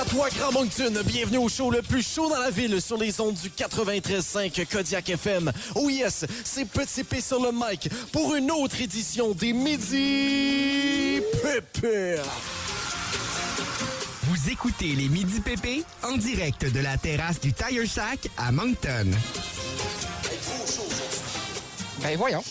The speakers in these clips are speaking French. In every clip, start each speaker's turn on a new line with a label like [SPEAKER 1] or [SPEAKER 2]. [SPEAKER 1] à toi, Grand Moncton. Bienvenue au show le plus chaud dans la ville sur les ondes du 93.5 Kodiak FM. Oh yes, c'est Petit P sur le mic pour une autre édition des Midi Pépé.
[SPEAKER 2] Vous écoutez les Midi PP en direct de la terrasse du Tire Shack à Moncton.
[SPEAKER 3] Ben voyons.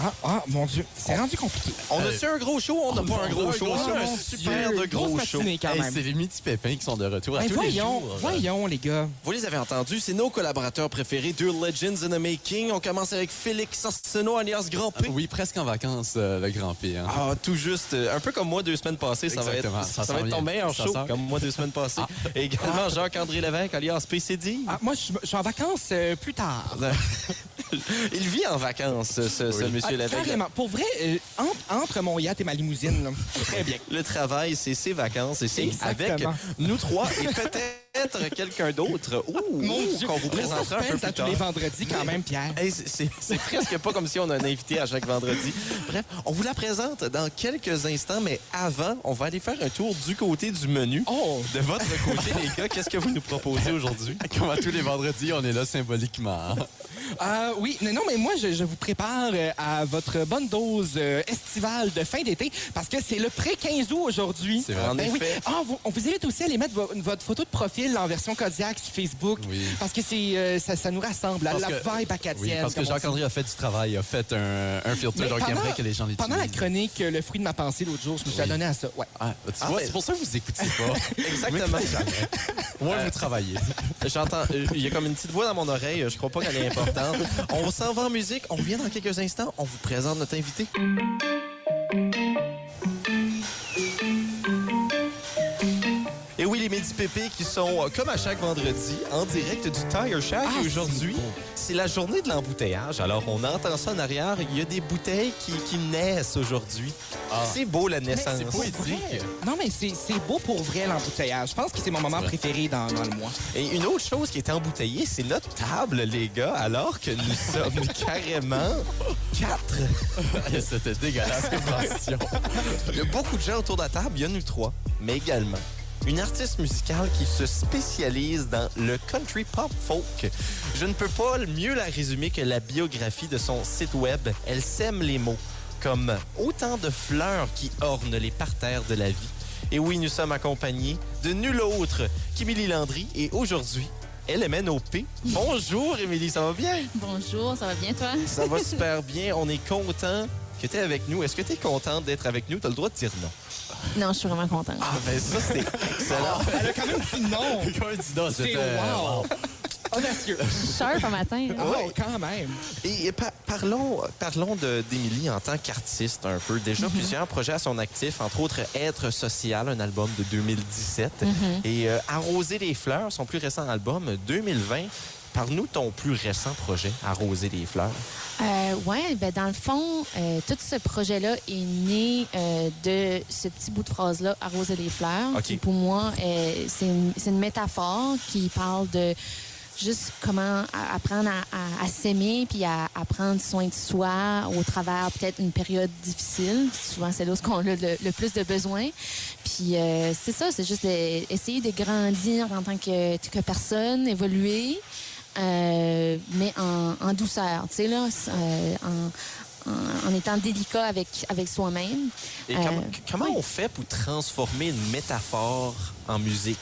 [SPEAKER 3] Ah, ah, mon Dieu. C'est rendu compliqué. Ben,
[SPEAKER 1] On a-tu un gros show? On n'a pas un gros show.
[SPEAKER 3] gros
[SPEAKER 1] On a
[SPEAKER 3] show.
[SPEAKER 1] un super
[SPEAKER 3] Dieu,
[SPEAKER 1] de gros
[SPEAKER 3] grosse
[SPEAKER 1] show.
[SPEAKER 3] matinée, quand
[SPEAKER 1] Hey,
[SPEAKER 3] même.
[SPEAKER 1] c'est les midi pépins qui sont de retour à
[SPEAKER 3] Ben
[SPEAKER 1] tous
[SPEAKER 3] voyons,
[SPEAKER 1] les jours. hein.
[SPEAKER 3] voyons, les gars.
[SPEAKER 1] Vous les avez entendus, c'est nos collaborateurs préférés, deux legends in the making. On commence avec Félix Arsenault, alias Grand P.
[SPEAKER 4] Oui, presque en vacances, euh, le Grand P. hein.
[SPEAKER 1] Ah, tout juste. euh, Un peu comme moi deux semaines passées, ça va
[SPEAKER 4] Exactement,
[SPEAKER 1] être, ça
[SPEAKER 4] ça
[SPEAKER 1] va
[SPEAKER 4] sent
[SPEAKER 1] être ton
[SPEAKER 4] bien.
[SPEAKER 1] meilleur
[SPEAKER 4] Ça
[SPEAKER 1] show,
[SPEAKER 4] sent. Ah.
[SPEAKER 1] comme moi deux semaines passées. Et également Jacques-André Lévesque, alias PCD.
[SPEAKER 3] Ah, moi, je je suis en vacances euh, plus tard.
[SPEAKER 1] Il vit en vacances, ce, ce monsieur
[SPEAKER 3] Ah,
[SPEAKER 1] Lévesque.
[SPEAKER 3] carrément. Pour vrai, euh, entre, entre mon yacht et ma limousine, là. très bien.
[SPEAKER 1] Le travail, c'est ses vacances et c'est avec
[SPEAKER 3] Exactement.
[SPEAKER 1] nous trois et peut-être quelqu'un d'autre.
[SPEAKER 3] Ah,
[SPEAKER 1] Ouh, ouh, qu'on vous
[SPEAKER 3] Le
[SPEAKER 1] présentera un peu
[SPEAKER 3] suspense
[SPEAKER 1] plus
[SPEAKER 3] à tous
[SPEAKER 1] tard.
[SPEAKER 3] les vendredis, quand même, Pierre.
[SPEAKER 1] Hey, c'est- c'est c'est presque pas comme si on a un invité à chaque vendredi. Bref, on vous la présente dans quelques instants, mais avant, on va aller faire un tour du côté du menu.
[SPEAKER 3] Oh!
[SPEAKER 1] De votre côté, les gars, qu'est-ce que vous nous proposez aujourd'hui?
[SPEAKER 4] Ah, Comme à tous les vendredis, on est là symboliquement. hein.
[SPEAKER 3] Ah oui, non, non, mais moi, je, je vous prépare euh, à votre bonne dose euh, estivale de fin d'été parce que c'est le pré-15 août aujourd'hui.
[SPEAKER 4] C'est vrai.
[SPEAKER 1] En
[SPEAKER 3] Ben oui.
[SPEAKER 1] effet.
[SPEAKER 3] Ah, vous- on vous invite aussi à aller mettre vo- votre photo de profil en version Kodiak sur Facebook
[SPEAKER 4] Oui.
[SPEAKER 3] parce que c'est euh, ça, ça nous rassemble, à
[SPEAKER 4] Parce
[SPEAKER 3] la
[SPEAKER 4] que-
[SPEAKER 3] vibe acadienne.
[SPEAKER 4] Oui, parce que
[SPEAKER 3] comme on dit.
[SPEAKER 4] Jacques-André a fait du travail, a fait un, un filtre,
[SPEAKER 3] Mais
[SPEAKER 4] donc il
[SPEAKER 3] pendant-
[SPEAKER 4] aimerait que les gens l'utilisent.
[SPEAKER 3] Pendant la chronique euh, Le fruit de ma pensée l'autre jour, je me suis adonné à ça. Ouais.
[SPEAKER 4] Ah, tu
[SPEAKER 1] Ah,
[SPEAKER 4] vois,
[SPEAKER 1] mais-
[SPEAKER 4] c'est pour ça que vous écoutez pas.
[SPEAKER 1] Exactement.
[SPEAKER 4] Moi, vous travaillez.
[SPEAKER 1] J'entends, euh, il y a comme une petite voix dans mon oreille, je crois pas qu'elle est importante. On s'en va en musique, on revient dans quelques instants, on vous présente notre invité. Et oui, les Midi Pépé qui sont, euh, comme à chaque vendredi, en direct du Tire Shack.
[SPEAKER 3] Ah,
[SPEAKER 1] Et aujourd'hui,
[SPEAKER 3] c'est
[SPEAKER 1] c'est la journée de l'embouteillage. Alors, on entend ça en arrière. Il y a des bouteilles qui, qui naissent aujourd'hui.
[SPEAKER 4] Ah.
[SPEAKER 1] C'est beau, la naissance.
[SPEAKER 4] c'est
[SPEAKER 3] Pour
[SPEAKER 4] poétique.
[SPEAKER 3] vrai. Non, mais c'est c'est beau pour vrai l'embouteillage. Je pense que c'est mon moment préféré dans, dans le mois.
[SPEAKER 1] Et une autre chose qui est embouteillée, c'est notre table, les gars, alors que nous sommes carrément quatre.
[SPEAKER 4] C'était dégueulasse comme transition.
[SPEAKER 1] Il y a beaucoup de gens autour de la table, il y a nous trois, mais également une artiste musicale qui se spécialise dans le country pop folk. Je ne peux pas mieux la résumer que la biographie de son site web. Elle sème les mots comme autant de fleurs qui ornent les parterres de la vie. Et oui, nous sommes accompagnés de nul autre qu'Émilie Landry et aujourd'hui, LMNOP. Bonjour Émilie, ça va bien?
[SPEAKER 5] Bonjour, ça va bien toi?
[SPEAKER 1] Ça va super bien, on est content que tu es avec nous. Est-ce que tu es contente d'être avec nous? Tu as le droit de dire non.
[SPEAKER 5] Non, je suis vraiment contente.
[SPEAKER 1] Ah ben ça c'est excellent.
[SPEAKER 3] Elle a quand même dit non.
[SPEAKER 4] Quelqu'un dit non,
[SPEAKER 3] C'est
[SPEAKER 4] c'était...
[SPEAKER 3] wow. Audacieux.
[SPEAKER 5] Sharp un matin.
[SPEAKER 3] Oh,
[SPEAKER 1] Ouais.
[SPEAKER 3] quand même.
[SPEAKER 1] Et, et par- parlons parlons de- d'Émilie en tant qu'artiste un peu. Déjà plusieurs projets à son actif, entre autres Être social, un album de 2017 et euh, Arroser les fleurs, son plus récent album 2020. Parle-nous de ton plus récent projet, Arroser les fleurs.
[SPEAKER 5] Euh, ouais, ben dans le fond, euh, tout ce projet-là est né euh, de ce petit bout de phrase-là, arroser les fleurs.
[SPEAKER 1] Ok.
[SPEAKER 5] qui, pour moi, euh, c'est une, c'est une métaphore qui parle de juste comment a- apprendre à, à- à s'aimer puis à, à prendre soin de soi au travers peut-être une période difficile. Souvent, c'est là où on a le, le plus de besoin. Puis euh, c'est ça, c'est juste de- essayer de grandir en tant que, que personne, évoluer. Euh, mais en, en douceur, tu sais, là, c'est, euh, en, en- en étant délicat avec, avec soi-même.
[SPEAKER 1] Et
[SPEAKER 5] Euh,
[SPEAKER 1] comment, comment
[SPEAKER 5] oui.
[SPEAKER 1] on fait pour transformer une métaphore en musique?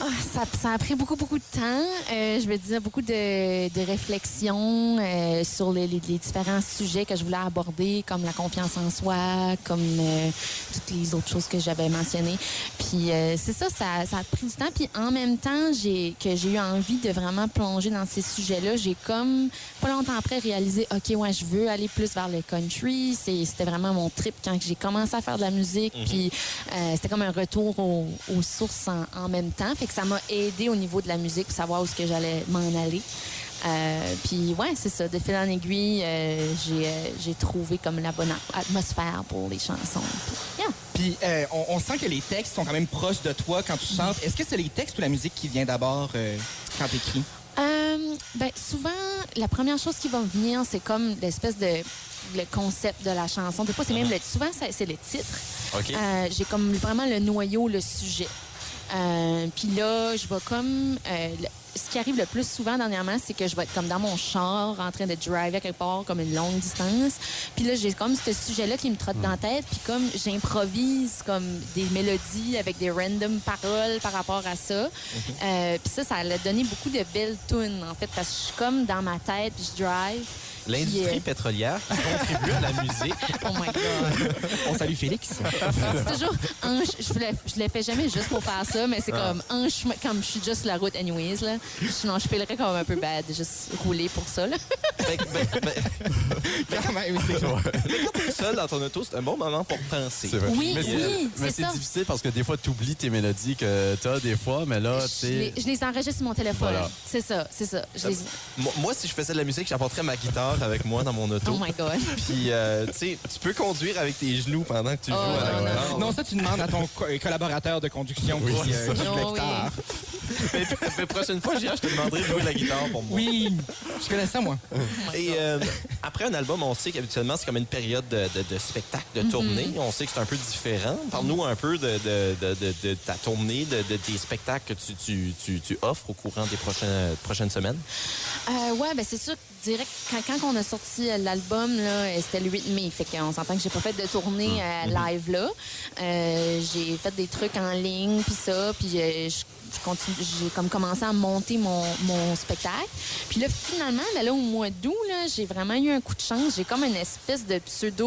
[SPEAKER 5] Ah, ça, ça a pris beaucoup, beaucoup de temps. Euh, je veux dire, beaucoup de, de réflexions euh, sur les, les- les différents sujets que je voulais aborder, comme la confiance en soi, comme euh, toutes les autres choses que j'avais mentionnées. Puis euh, c'est ça, ça, ça a pris du temps. Puis en même temps, j'ai que j'ai eu envie de vraiment plonger dans ces sujets-là. J'ai comme pas longtemps après réalisé, ok, ouais, je veux aller plus vers le country. C'est- C'était vraiment mon trip quand j'ai commencé à faire de la musique. Puis euh, c'était comme un retour au- aux sources en, en même temps. Fait que ça m'a aidé au niveau de la musique pour savoir où est-ce que j'allais m'en aller. Euh, puis ouais, c'est ça. De fil en aiguille, euh, j'ai euh, j'ai trouvé comme la bonne atmosphère pour les chansons. Puis, yeah.
[SPEAKER 3] Puis euh, on, on sent que les textes sont quand même proches de toi quand tu chantes. Est-ce que c'est les textes ou la musique qui vient d'abord euh, quand t'écris?
[SPEAKER 5] Euh, ben, souvent, la première chose qui va me venir, c'est comme l'espèce de le concept de la chanson. Des fois, c'est même le, souvent, c'est c'est le titre.
[SPEAKER 1] OK.
[SPEAKER 5] Euh, J'ai comme vraiment le noyau, le sujet. Euh, Puis là, je vais comme... euh, le- ce qui arrive le plus souvent dernièrement, c'est que je vais être comme dans mon char en train de driver quelque part comme une longue distance. Puis là, j'ai comme ce sujet-là qui me trotte dans la tête. Puis comme j'improvise comme des mélodies avec des random paroles par rapport à ça. Euh, Puis ça, ça a donné beaucoup de belles tunes, en fait, parce que je suis comme dans ma tête, puis je drive.
[SPEAKER 1] L'industrie
[SPEAKER 5] Yeah.
[SPEAKER 1] pétrolière qui contribue à la musique.
[SPEAKER 5] Oh my God.
[SPEAKER 3] On salue Félix.
[SPEAKER 5] C'est toujours en ch- je, le, je le fais jamais juste pour faire ça, mais c'est comme en chemin, comme je suis juste sur la route anyways là. Sinon, je filerais comme un peu bad, juste rouler pour ça là.
[SPEAKER 1] Fait que, ben, ben,
[SPEAKER 3] Quand même, c'est
[SPEAKER 1] seul dans ton auto, c'est un bon moment pour penser.
[SPEAKER 4] C'est vrai.
[SPEAKER 5] Oui,
[SPEAKER 4] mais
[SPEAKER 5] oui,
[SPEAKER 4] c'est- mais
[SPEAKER 5] c'est
[SPEAKER 4] c'est
[SPEAKER 5] ça.
[SPEAKER 4] difficile parce que des fois, tu oublies tes mélodies que t'as des fois, mais là, tu
[SPEAKER 5] Je les,
[SPEAKER 4] sais.
[SPEAKER 5] je les enregistre sur mon téléphone.
[SPEAKER 4] Voilà.
[SPEAKER 5] C'est ça, c'est ça. Je les-
[SPEAKER 1] Moi, moi, si je faisais de la musique, j'apporterais ma guitare avec moi dans mon auto.
[SPEAKER 5] Oh my god.
[SPEAKER 1] Puis, euh, tu sais, tu peux conduire avec tes genoux pendant que tu
[SPEAKER 5] Oh,
[SPEAKER 1] joues à la
[SPEAKER 5] non,
[SPEAKER 1] guitare.
[SPEAKER 3] Non, ça, tu demandes à ton co- euh, collaborateur de conduction
[SPEAKER 4] Oui,
[SPEAKER 3] qui,
[SPEAKER 4] c'est
[SPEAKER 3] euh,
[SPEAKER 4] ça.
[SPEAKER 3] qui
[SPEAKER 5] Non,
[SPEAKER 3] le
[SPEAKER 5] oui.
[SPEAKER 3] tard.
[SPEAKER 1] Mais, mais prochaine fois, Gérard, je te demanderai de jouer de la guitare pour moi.
[SPEAKER 3] Oui, je connais ça, moi.
[SPEAKER 1] Et euh, après un album, on sait qu'habituellement, c'est comme une période de, de- de spectacle, de tournée. On sait que c'est un peu différent. Parle-nous un peu de, de- de- de- de ta tournée, de, de tes spectacles que tu, tu- tu- tu offres au courant des prochaines, prochaines semaines.
[SPEAKER 5] Euh, ouais, ben c'est sûr que direct, quand, quand on a sorti euh, l'album, là, euh, c'était le 8 mai. Fait qu'on s'entend que j'ai pas fait de tournée euh, live là. Euh, j'ai fait des trucs en ligne, puis ça, puis euh, je- je continue- j'ai comme commencé à monter mon, mon spectacle. Puis là, finalement, ben là, au mois d'août, là, j'ai vraiment eu un coup de chance. J'ai comme une espèce de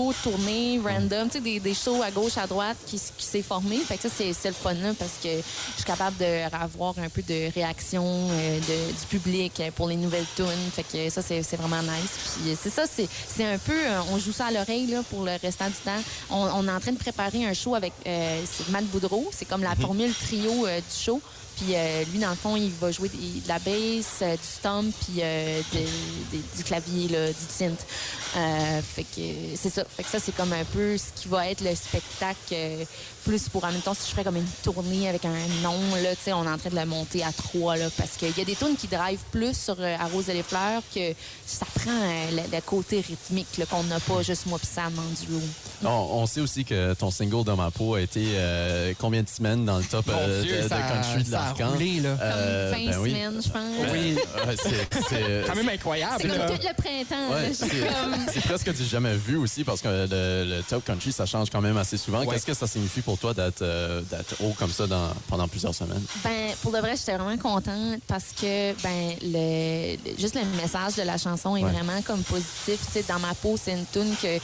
[SPEAKER 5] pseudo-tournée random, tu sais, des, des shows à gauche, à droite qui, s- qui s'est formé. Fait que ça, c'est c'est le fun, là, parce que je suis capable d'avoir un peu de réaction euh, de- du public euh, pour les nouvelles tunes. Fait que ça, c'est c'est vraiment nice. Puis euh, c'est ça, c'est c'est un peu, euh, on joue ça à l'oreille, là, pour le restant du temps. On, on est en train de préparer un show avec euh, c'est Matt Boudreau. C'est comme la formule trio euh, du show. Puis euh, lui, dans le fond, il va jouer des- de la bass, euh, du stomp, puis euh, des- des- du clavier, là, du synth. Euh, fait que euh, c'est ça. Fait que ça, c'est comme un peu ce qui va être le spectacle euh, plus pour, en même temps, si je ferais comme une tournée avec un nom, là, tu sais, on est en train de le monter à trois, là, parce qu'il y a des tunes qui drivent plus sur euh, À Rose et les fleurs que ça prend euh, le, le côté rythmique, là, qu'on n'a pas juste moi pis Sam en duo.
[SPEAKER 4] On, on sait aussi que ton single Dans ma peau a été euh, combien de semaines dans le top
[SPEAKER 3] Mon
[SPEAKER 4] euh,
[SPEAKER 3] Dieu,
[SPEAKER 4] de, de
[SPEAKER 3] ça, a-
[SPEAKER 4] country de
[SPEAKER 3] ça a
[SPEAKER 4] l'Arcan?
[SPEAKER 3] roulé, là.
[SPEAKER 5] Comme
[SPEAKER 4] Euh,
[SPEAKER 5] 20
[SPEAKER 4] ben oui.
[SPEAKER 5] semaines, je pense.
[SPEAKER 4] Euh, ouais, c'est- c'est-
[SPEAKER 3] Quand même
[SPEAKER 5] C'est
[SPEAKER 3] incroyable,
[SPEAKER 5] comme
[SPEAKER 3] là.
[SPEAKER 5] tout le printemps, là,
[SPEAKER 4] Ouais,
[SPEAKER 5] je
[SPEAKER 4] c'est
[SPEAKER 5] suis comme...
[SPEAKER 4] c'est presque du jamais vu aussi parce que le, le top country, ça change quand même assez souvent. Qu'est-ce que ça signifie pour toi d'être euh, d'être haut comme ça dans- pendant plusieurs semaines?
[SPEAKER 5] Ben, pour de vrai, j'étais vraiment contente parce que, ben, le, le- juste le message de la chanson est
[SPEAKER 4] Ouais.
[SPEAKER 5] vraiment comme positif. Tu sais, dans ma peau, c'est une tune que,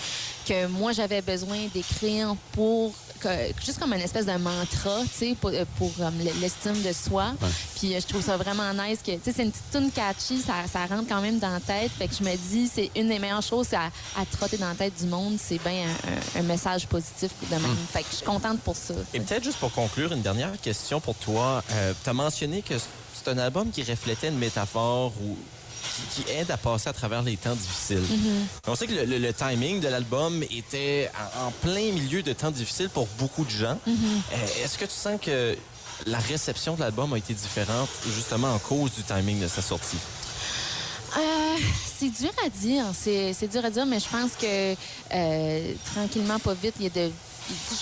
[SPEAKER 5] que moi, j'avais besoin d'écrire pour, que- juste comme une espèce de mantra, tu sais, pour, euh, pour, comme, l- l'estime de soi.
[SPEAKER 4] Ouais.
[SPEAKER 5] Puis euh, je trouve ça vraiment nice que, tu sais, c'est une petite tune catchy, ça, ça rentre quand même dans la tête. Fait que je me dis, c'est une des meilleures choses à, à trotter dans la tête du monde, c'est bien un, un- un message positif de même.
[SPEAKER 4] Mm.
[SPEAKER 5] Fait que je suis contente pour ça.
[SPEAKER 1] Et peut-être juste pour conclure, une dernière question pour toi. tu as mentionné que c'est un album qui reflétait une métaphore ou qui, qui aide à passer à travers les temps difficiles. On sait que le, le- le timing de l'album était en, en plein milieu de temps difficiles pour beaucoup de gens. Euh, Est-ce que tu sens que la réception de l'album a été différente justement en cause du timing de sa sortie?
[SPEAKER 5] Euh, c'est dur à dire. C'est c'est dur à dire, mais je pense que euh, tranquillement, pas vite, il y a de.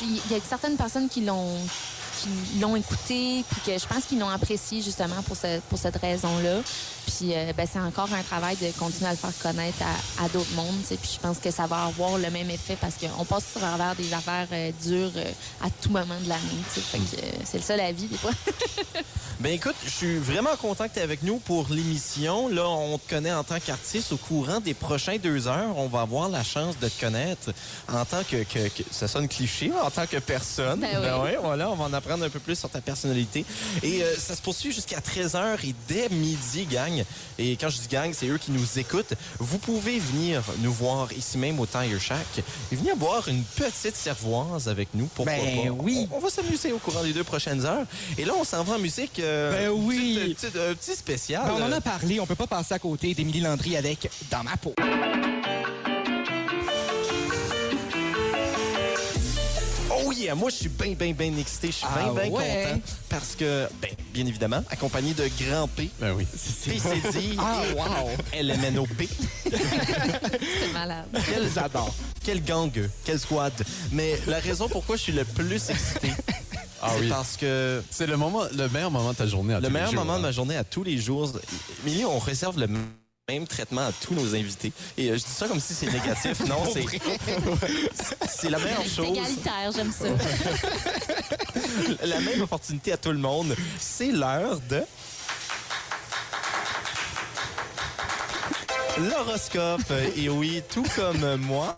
[SPEAKER 5] Il y a certaines personnes qui l'ont qui l'ont écouté, puis que je pense qu'ils l'ont apprécié justement pour, ce- pour cette raison-là. Puis euh, ben, c'est encore un travail de continuer à le faire connaître à, à d'autres mondes. tu sais. Puis je pense que ça va avoir le même effet parce qu'on passe à travers des affaires euh, dures euh, à tout moment de l'année. tu sais. Fait que, euh, c'est le seul avis des fois.
[SPEAKER 1] Ben écoute, je suis vraiment content que tu avec nous pour l'émission. Là, on te connaît en tant qu'artiste. Au courant des prochains deux heures, on va avoir la chance de te connaître en tant que... que- que- ça sonne cliché, mais en tant que personne.
[SPEAKER 5] Ben oui.
[SPEAKER 1] ouais, voilà, on va en apprendre un peu plus sur ta personnalité. Et euh, ça se poursuit jusqu'à 13h et dès midi, gang. Et quand je dis gang, c'est eux qui nous écoutent. Vous pouvez venir nous voir ici même au Tire Shack et venir boire une petite cervoise avec nous. Pourquoi
[SPEAKER 3] Ben
[SPEAKER 1] pas?
[SPEAKER 3] oui.
[SPEAKER 1] On, on va s'amuser au courant des deux prochaines heures. Et là, on s'en va en musique. euh,
[SPEAKER 3] Ben oui.
[SPEAKER 1] petite- petite- un petit spécial.
[SPEAKER 3] Ben, on en a parlé, on peut pas passer à côté d'Émilie Landry avec Dans ma peau.
[SPEAKER 1] Oh yeah, moi je suis bien, bien, bien excité. Je suis
[SPEAKER 3] Ah
[SPEAKER 1] bien, bien
[SPEAKER 3] ouais?
[SPEAKER 1] content. Parce que, ben, bien évidemment, accompagné de Grand P,
[SPEAKER 4] Ben oui.
[SPEAKER 1] PCD,
[SPEAKER 3] Ah, wow!
[SPEAKER 1] LMNOP.
[SPEAKER 3] Ah.
[SPEAKER 5] C'est malade.
[SPEAKER 1] Quel, Quel gang, quel squad. Mais la raison pourquoi je suis le plus excité,
[SPEAKER 4] Ah
[SPEAKER 1] c'est
[SPEAKER 4] oui.
[SPEAKER 1] parce que
[SPEAKER 4] C'est le moment, le meilleur moment de ta journée. à tous
[SPEAKER 1] le
[SPEAKER 4] les
[SPEAKER 1] meilleur
[SPEAKER 4] jours,
[SPEAKER 1] moment
[SPEAKER 4] hein.
[SPEAKER 1] de ma journée à tous les jours, Milly, on réserve le m- même traitement à tous nos invités. Et euh, je dis ça comme si c'est négatif. non, c'est c'est la meilleure
[SPEAKER 5] C'est
[SPEAKER 1] chose.
[SPEAKER 5] égalitaire, j'aime ça.
[SPEAKER 1] la même opportunité à tout le monde. C'est l'heure de. L'horoscope. Et oui, tout comme moi,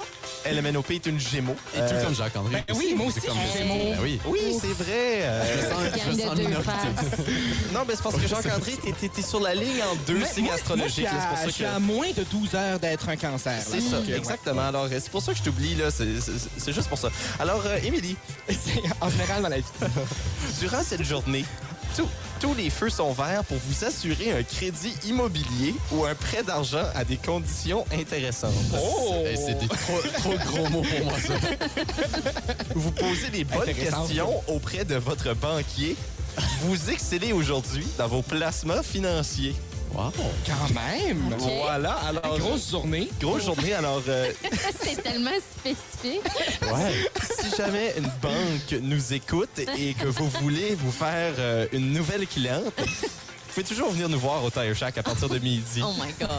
[SPEAKER 1] LMNOP est une gémeaux.
[SPEAKER 4] Et tout comme Jacques-André.
[SPEAKER 3] Ben oui, moi aussi,
[SPEAKER 4] C'est comme
[SPEAKER 5] je suis
[SPEAKER 4] le-
[SPEAKER 5] Gémeaux.
[SPEAKER 4] Ben oui.
[SPEAKER 1] Oui, c'est vrai.
[SPEAKER 4] Je
[SPEAKER 1] Euh,
[SPEAKER 4] me sens- je me
[SPEAKER 5] Gang
[SPEAKER 4] sens
[SPEAKER 5] de deux
[SPEAKER 4] minoritaire.
[SPEAKER 5] faces.
[SPEAKER 1] non, mais c'est parce que Jacques-André, t'es- t'es t'es sur la ligne en deux
[SPEAKER 3] Mais
[SPEAKER 1] signes
[SPEAKER 3] moi-
[SPEAKER 1] astrologiques.
[SPEAKER 3] moi, je suis
[SPEAKER 1] là,
[SPEAKER 3] à-
[SPEAKER 1] c'est
[SPEAKER 3] je
[SPEAKER 1] pour
[SPEAKER 3] suis
[SPEAKER 1] ça
[SPEAKER 3] à
[SPEAKER 1] que.
[SPEAKER 3] moins de 12 heures d'être un cancer.
[SPEAKER 1] C'est ça, exactement. Alors, euh, c'est pour ça que je t'oublie, là. C'est- C'est c'est juste pour ça. Alors, euh, Émilie,
[SPEAKER 3] C'est en général dans la vie.
[SPEAKER 1] Durant cette journée, tout- tous les feux sont verts pour vous assurer un crédit immobilier ou un prêt d'argent à des conditions intéressantes.
[SPEAKER 3] Oh!
[SPEAKER 4] Hey, c'est des trop, trop gros mots pour moi, ça.
[SPEAKER 1] Vous posez les bonnes
[SPEAKER 3] Intéressante.
[SPEAKER 1] questions auprès de votre banquier. Vous excellez aujourd'hui dans vos placements financiers.
[SPEAKER 4] Wow.
[SPEAKER 3] Quand même!
[SPEAKER 5] Ok.
[SPEAKER 1] Voilà, alors...
[SPEAKER 3] Grosse journée.
[SPEAKER 1] Grosse journée, alors euh,
[SPEAKER 5] C'est tellement spécifique.
[SPEAKER 1] ouais. si jamais une banque nous écoute et que vous voulez vous faire euh, une nouvelle cliente, vous pouvez toujours venir nous voir au Tire Shack à partir de midi.
[SPEAKER 5] Oh my God.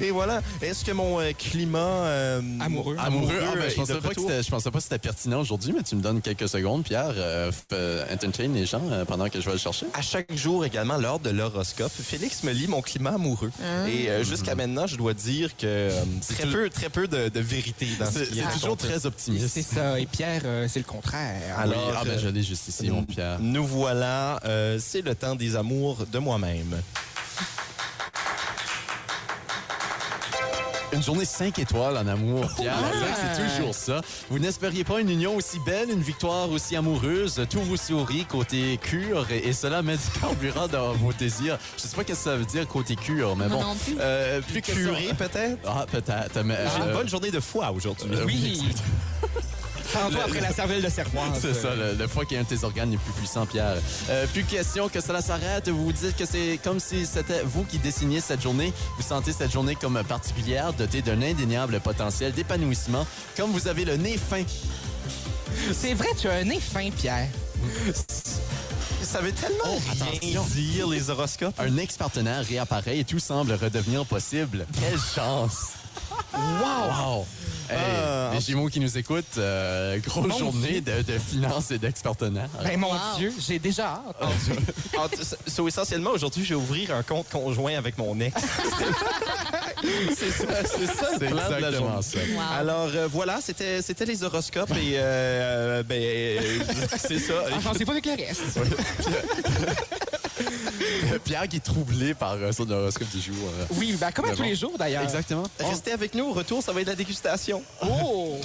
[SPEAKER 1] Et voilà. Est-ce que mon euh, climat euh,
[SPEAKER 3] Amoureux.
[SPEAKER 4] Amoureux, ah, ben,
[SPEAKER 1] est
[SPEAKER 4] je, pensais
[SPEAKER 1] de
[SPEAKER 4] pas que
[SPEAKER 1] retour?
[SPEAKER 4] c'était- je pensais pas que c'était pertinent aujourd'hui, mais tu me donnes quelques secondes, Pierre. Euh, f- euh, entertain les gens euh, pendant que je vais le chercher.
[SPEAKER 1] À chaque jour également, l'heure de l'horoscope, Félix me lit mon climat amoureux. Et euh, jusqu'à maintenant, je dois dire que euh, très peu, très peu de, de vérité dans ce
[SPEAKER 4] C'est
[SPEAKER 1] qui est
[SPEAKER 4] c'est toujours
[SPEAKER 1] raconté.
[SPEAKER 4] très
[SPEAKER 3] C'est
[SPEAKER 4] optimiste.
[SPEAKER 3] ça. Et Pierre, euh, c'est le contraire.
[SPEAKER 1] Alors,
[SPEAKER 4] oui, ah, ben, je l'ai juste ici, mon Pierre.
[SPEAKER 1] Nous voilà. euh, C'est le temps des amours de moi-même.
[SPEAKER 4] Une journée 5 étoiles en amour, Pierre. On dirait que C'est toujours ça. Vous n'espériez pas une union aussi belle, une victoire aussi amoureuse. Tout vous sourit côté cure et, et cela met du carburant dans vos désirs. Je sais pas ce que ça veut dire côté cure, mais
[SPEAKER 5] Moi
[SPEAKER 4] bon.
[SPEAKER 5] non plus.
[SPEAKER 4] Euh, plus que ça.
[SPEAKER 1] Curé, peut-être?
[SPEAKER 4] Ah, peut-être. mais,
[SPEAKER 1] J'ai une
[SPEAKER 4] euh,
[SPEAKER 1] bonne journée de foi aujourd'hui.
[SPEAKER 4] euh,
[SPEAKER 3] oui. Tantôt après la cervelle de cervoise.
[SPEAKER 4] C'est ça, le, le foie qui est un de tes organes les plus puissants, Pierre. Euh, plus question que cela s'arrête. Vous vous dites que c'est comme si c'était vous qui dessiniez cette journée. Vous sentez cette journée comme particulière, dotée d'un indéniable potentiel d'épanouissement, comme vous avez le nez fin.
[SPEAKER 3] C'est vrai, tu as un nez fin, Pierre.
[SPEAKER 1] Ça veut tellement
[SPEAKER 4] Oh,
[SPEAKER 1] rien
[SPEAKER 4] attention.
[SPEAKER 1] dire, les horoscopes.
[SPEAKER 4] Un ex-partenaire réapparaît et tout semble redevenir possible. Quelle chance! Wow! Hey,
[SPEAKER 1] Ah, en-
[SPEAKER 4] les Gémeaux qui nous écoutent, euh, grosse
[SPEAKER 3] Mon
[SPEAKER 4] journée de, de finances et d'ex-partenaires.
[SPEAKER 3] Ben mon
[SPEAKER 5] Wow.
[SPEAKER 3] Dieu, j'ai déjà hâte.
[SPEAKER 1] Ah, t- so- so, essentiellement, aujourd'hui, je vais ouvrir un compte conjoint avec mon ex. c'est ça, c'est ça le
[SPEAKER 4] C'est
[SPEAKER 1] plan de la journée.
[SPEAKER 4] exactement ça.
[SPEAKER 5] Wow.
[SPEAKER 1] Alors euh, voilà, c'était c'était les horoscopes et euh, euh, ben euh, c'est ça.
[SPEAKER 3] Ah, j'en sais pas avec le reste.
[SPEAKER 4] Pierre qui est troublé par euh, son horoscope du jour. euh.
[SPEAKER 3] Oui, ben comme à
[SPEAKER 4] Mais
[SPEAKER 3] tous
[SPEAKER 4] bon.
[SPEAKER 3] les jours d'ailleurs.
[SPEAKER 4] Exactement.
[SPEAKER 1] Restez avec nous, au retour, ça va être la dégustation.
[SPEAKER 3] Oh!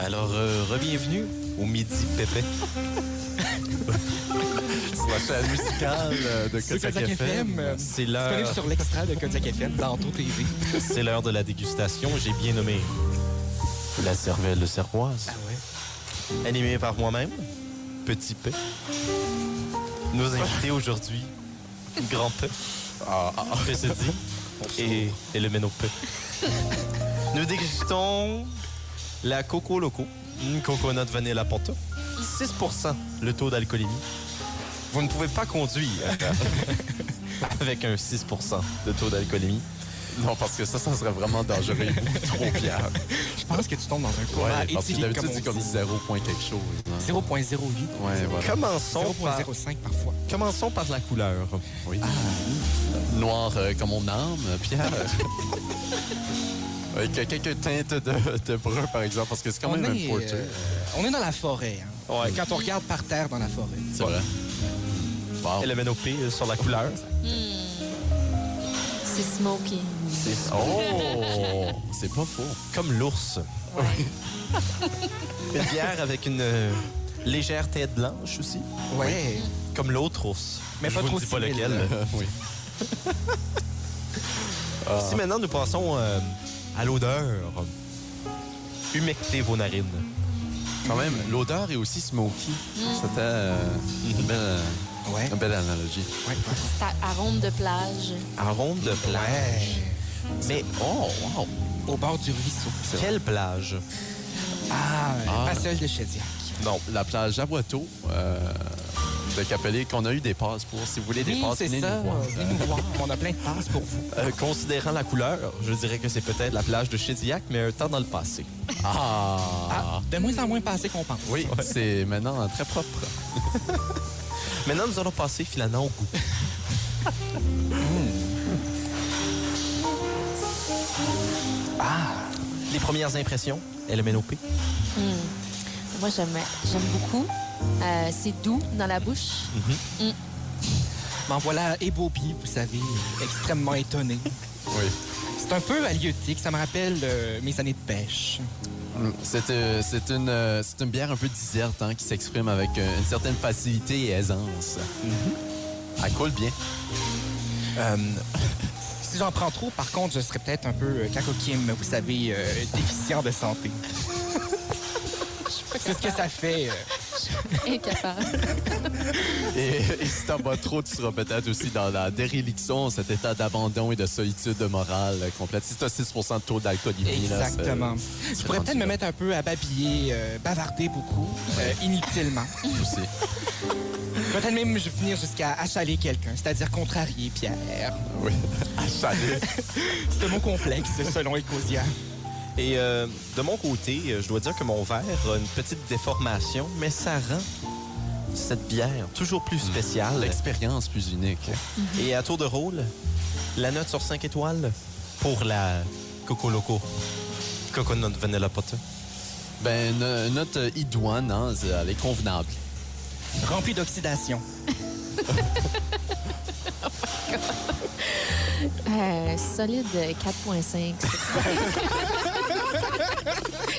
[SPEAKER 1] Alors euh, bienvenue au midi pépé.
[SPEAKER 4] Sur la chaîne musicale euh, de
[SPEAKER 3] C'est
[SPEAKER 4] Kodak
[SPEAKER 3] Kodak FM.
[SPEAKER 4] FM.
[SPEAKER 3] euh,
[SPEAKER 1] C'est
[SPEAKER 3] Disponible
[SPEAKER 1] l'heure
[SPEAKER 3] sur l'extra de Kodak FM dans tout TV.
[SPEAKER 1] c'est l'heure de la dégustation, j'ai bien nommé la cervelle de
[SPEAKER 4] Ah
[SPEAKER 1] cervoise. Animée par moi-même, petit P. Nos invités aujourd'hui, grand P.
[SPEAKER 4] Ah, ah, ah.
[SPEAKER 1] que se dit et, et le ménopé. Nous dégustons la Coco Loco, une coconut vanilla panto. 6% le taux d'alcoolémie. Vous ne pouvez pas conduire avec un 6% de taux d'alcoolémie.
[SPEAKER 4] Non, parce que ça, ça serait vraiment dangereux. Il est beaucoup trop Pierre.
[SPEAKER 3] Je pense que tu tombes dans un
[SPEAKER 4] Ouais,
[SPEAKER 3] coma
[SPEAKER 4] parce que
[SPEAKER 3] éthylique,
[SPEAKER 4] d'habitude,
[SPEAKER 3] comme on
[SPEAKER 4] c'est comme
[SPEAKER 3] dit.
[SPEAKER 4] 0 point quelque chose. hein.
[SPEAKER 3] 0.08.
[SPEAKER 4] Ouais, voilà.
[SPEAKER 1] Commençons par,
[SPEAKER 3] 0.05 parfois.
[SPEAKER 1] commençons par la couleur. Ah.
[SPEAKER 4] Oui. Noir euh, comme mon âme, euh, Pierre. Avec euh, quelques teintes de, de brun, par exemple, parce que c'est quand même un porter.
[SPEAKER 3] euh, on est dans la forêt. hein.
[SPEAKER 1] Ouais.
[SPEAKER 3] Quand on regarde par terre dans la forêt.
[SPEAKER 4] C'est vrai. Wow.
[SPEAKER 1] Et le ménopé euh, sur la couleur.
[SPEAKER 5] C'est smoky.
[SPEAKER 4] Oh! C'est pas faux.
[SPEAKER 1] Comme l'ours. Une bière avec une euh, légère tête blanche aussi.
[SPEAKER 3] Ouais.
[SPEAKER 1] Comme l'autre ours.
[SPEAKER 3] Mais
[SPEAKER 1] Je
[SPEAKER 3] pas
[SPEAKER 1] vous
[SPEAKER 3] trop
[SPEAKER 1] dis pas
[SPEAKER 3] similaire.
[SPEAKER 1] lequel.
[SPEAKER 4] oui.
[SPEAKER 1] Si maintenant nous passons euh, à l'odeur, humectez vos narines.
[SPEAKER 4] Quand même, l'odeur est aussi smoky. C'était euh, une belle, euh,
[SPEAKER 3] Ouais.
[SPEAKER 4] Une belle analogie.
[SPEAKER 3] Ouais.
[SPEAKER 5] C'est à- arôme de plage.
[SPEAKER 1] Arôme de plage. Mais oh, wow.
[SPEAKER 3] Au bord du ruisseau.
[SPEAKER 1] Quelle plage?
[SPEAKER 3] Ah,
[SPEAKER 4] Ah.
[SPEAKER 3] pas celle de Chediac.
[SPEAKER 4] Non, la plage Javoiteau euh, de Capelé, qu'on a eu des passes pour. Si vous voulez des
[SPEAKER 3] Oui,
[SPEAKER 4] passes,
[SPEAKER 3] c'est
[SPEAKER 4] venez
[SPEAKER 3] ça.
[SPEAKER 4] nous voir.
[SPEAKER 3] Venez nous voir. On a plein de passes pour vous.
[SPEAKER 1] Euh, considérant la couleur, je dirais que c'est peut-être la plage de Chédiac, mais un temps dans le passé.
[SPEAKER 4] Ah!
[SPEAKER 3] Ah, de moins en moins passé qu'on pense.
[SPEAKER 4] Oui, c'est maintenant très propre.
[SPEAKER 1] Maintenant, nous allons passer finalement au goût. Ah! Les premières impressions, LMNOP.
[SPEAKER 5] Moi, j'aime j'aime beaucoup. Euh, c'est doux dans la bouche.
[SPEAKER 3] M'en voilà ébaubi, vous savez, extrêmement étonné.
[SPEAKER 4] Oui.
[SPEAKER 3] C'est un peu halieutique. Ça me rappelle euh, mes années de pêche.
[SPEAKER 4] C'est euh, c'est une, euh, c'est une bière un peu déserte hein, qui s'exprime avec euh, une certaine facilité et aisance.
[SPEAKER 3] Mm-hmm.
[SPEAKER 4] Elle coule bien.
[SPEAKER 3] Euh, Si j'en prends trop, par contre, je serais peut-être un peu euh, cacoquime, vous savez, euh, déficient de santé. C'est ce que ça fait. euh.
[SPEAKER 5] Incapable.
[SPEAKER 4] Et, et si t'en bois trop, tu seras peut-être aussi dans la déréliction, cet état d'abandon et de solitude morale euh, complète. Si t'as 6 de taux d'alcoolémie, là, c'est-
[SPEAKER 3] Exactement. Je pourrais
[SPEAKER 4] rendu
[SPEAKER 3] peut-être me
[SPEAKER 4] là.
[SPEAKER 3] mettre un peu à babiller, euh, bavarder beaucoup, euh, inutilement.
[SPEAKER 4] aussi.
[SPEAKER 3] Peut-être même je finir jusqu'à achaler quelqu'un, c'est-à-dire contrarier Pierre.
[SPEAKER 4] Oui. Chalet.
[SPEAKER 3] C'est un mot complexe, selon Ecosia.
[SPEAKER 1] Et euh, de mon côté, euh, je dois dire que mon verre a une petite déformation, mais ça rend cette bière toujours plus spéciale.
[SPEAKER 4] L'expérience plus unique.
[SPEAKER 1] Et à tour de rôle, la note sur 5 étoiles pour la Coco Loco. Coconut Vanilla Potter.
[SPEAKER 4] Ben, no- notre euh, idoine, hein, c'est- elle est convenable.
[SPEAKER 3] Rempli d'oxydation.
[SPEAKER 5] Euh, solide 4.5.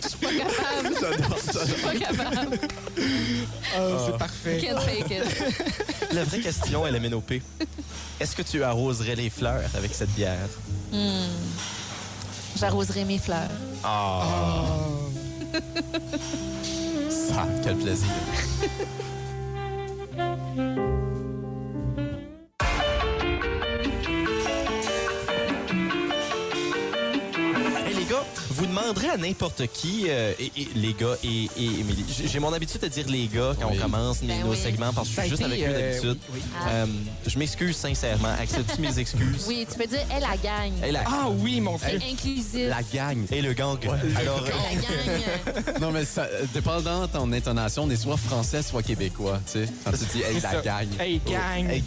[SPEAKER 5] Je suis pas capable. Je suis pas capable.
[SPEAKER 1] Ah.
[SPEAKER 3] C'est parfait.
[SPEAKER 5] Can't fake it.
[SPEAKER 1] La vraie question, elle est ménopée. Est-ce que tu arroserais les fleurs avec cette bière?
[SPEAKER 5] J'arroserai mes fleurs.
[SPEAKER 1] Ah!
[SPEAKER 4] Ça, quel plaisir.
[SPEAKER 1] Hey, les gars, vous demanderez à n'importe qui, euh, et, et- les gars et, et Émilie. J'ai- J'ai mon habitude de dire les gars quand
[SPEAKER 4] Oui.
[SPEAKER 1] on commence nos-
[SPEAKER 5] Ben
[SPEAKER 1] nos
[SPEAKER 5] oui.
[SPEAKER 1] segments parce que je suis juste avec eux d'habitude. Euh, je m'excuse sincèrement. Accepte mes excuses.
[SPEAKER 5] Oui, tu peux dire, elle la gagne.
[SPEAKER 1] Et la,
[SPEAKER 3] Ah oui, mon
[SPEAKER 5] C'est
[SPEAKER 3] Dieu.
[SPEAKER 5] inclusif.
[SPEAKER 4] La gagne.
[SPEAKER 1] et le gang. Alors, euh,
[SPEAKER 5] Elle la gagne.
[SPEAKER 4] Non, mais ça, euh, dépendant de ton intonation, on est soit français, soit québécois, tu sais. Quand tu dis « hey,
[SPEAKER 3] C'est
[SPEAKER 4] la
[SPEAKER 3] ça.
[SPEAKER 4] gagne
[SPEAKER 3] Hey,
[SPEAKER 1] Oh.
[SPEAKER 3] gang.
[SPEAKER 4] Hey,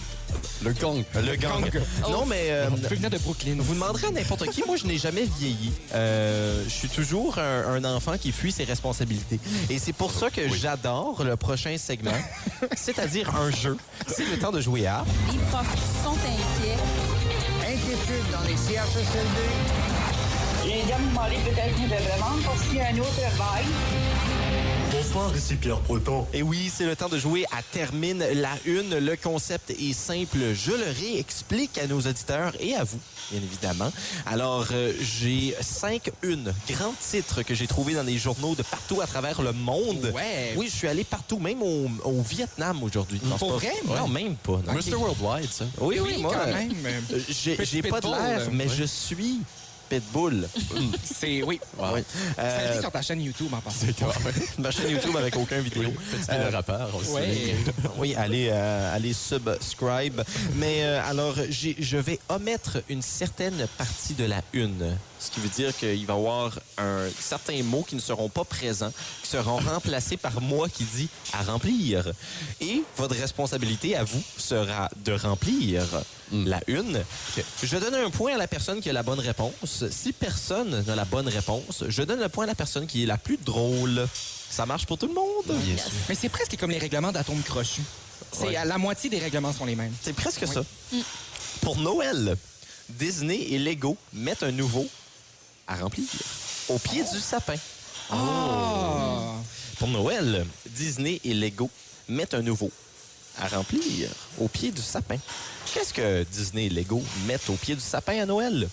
[SPEAKER 4] Le gang.
[SPEAKER 1] le gang.
[SPEAKER 3] Gang.
[SPEAKER 1] Non, mais euh,
[SPEAKER 3] Tu peux venir de Brooklyn.
[SPEAKER 1] vous demanderez à n'importe qui. Moi, je n'ai jamais vieilli. Euh, je suis toujours un, un enfant qui fuit ses responsabilités. Et c'est pour ça que j'adore le prochain segment, c'est-à-dire un jeu. C'est le temps de jouer à.
[SPEAKER 6] Les profs sont inquiets.
[SPEAKER 7] Inquiétude dans les CHSLD.
[SPEAKER 8] J'ai déjà demandé peut-être que je devrais vraiment poursuivre un autre travail.
[SPEAKER 9] Bonsoir, ici Pierre Proton.
[SPEAKER 1] Et oui, c'est le temps de jouer à Termine la Une. Le concept est simple. Je le réexplique à nos auditeurs et à vous, bien évidemment. Alors, euh, j'ai cinq unes, grands titres que j'ai trouvés dans les journaux de partout à travers le monde.
[SPEAKER 3] Ouais.
[SPEAKER 1] Oui, je suis allé partout, même au, au Vietnam aujourd'hui. Non, c'est
[SPEAKER 3] Pour
[SPEAKER 1] pas-
[SPEAKER 3] vrai?
[SPEAKER 1] Non, même pas. non.
[SPEAKER 4] Mr. Worldwide, ça.
[SPEAKER 1] Oui, oui, moi.
[SPEAKER 3] quand même.
[SPEAKER 1] euh, J'ai
[SPEAKER 3] Petit
[SPEAKER 1] j'ai pas de
[SPEAKER 3] pitbull,
[SPEAKER 1] l'air,
[SPEAKER 3] euh,
[SPEAKER 1] mais
[SPEAKER 3] ouais.
[SPEAKER 1] je suis Pitbull.
[SPEAKER 3] C'est, oui.
[SPEAKER 4] Wow.
[SPEAKER 1] Oui.
[SPEAKER 3] Ça le
[SPEAKER 1] Euh,
[SPEAKER 3] dit sur ta chaîne YouTube, en passant.
[SPEAKER 4] C'est quand même
[SPEAKER 1] ma chaîne YouTube avec aucun vidéo. Euh,
[SPEAKER 4] petit le rappeur aussi.
[SPEAKER 3] Euh, Ouais.
[SPEAKER 1] Oui, allez, euh, allez subscribe. Mais euh, alors, j'ai- je vais omettre une certaine partie de la une. Ce qui veut dire qu'il va y avoir un, certains mots qui ne seront pas présents, qui seront remplacés par moi qui dit à remplir. Et votre responsabilité à vous sera de remplir la une. Je donne un point à la personne qui a la bonne réponse. Si personne n'a la bonne réponse, je donne le point à la personne qui est la plus drôle. Ça marche pour tout le monde?
[SPEAKER 3] Mais c'est presque comme les règlements d'atomes crochus. C'est
[SPEAKER 1] Ouais.
[SPEAKER 3] à la moitié des règlements sont les mêmes.
[SPEAKER 1] C'est presque ça.
[SPEAKER 3] Mm.
[SPEAKER 1] Pour Noël, Disney et Lego mettent un nouveau à remplir au pied du sapin.
[SPEAKER 3] Oh.
[SPEAKER 1] Pour Noël, Disney et Lego mettent un nouveau à remplir au pied du sapin. Qu'est-ce que Disney et Lego mettent au pied du sapin à Noël?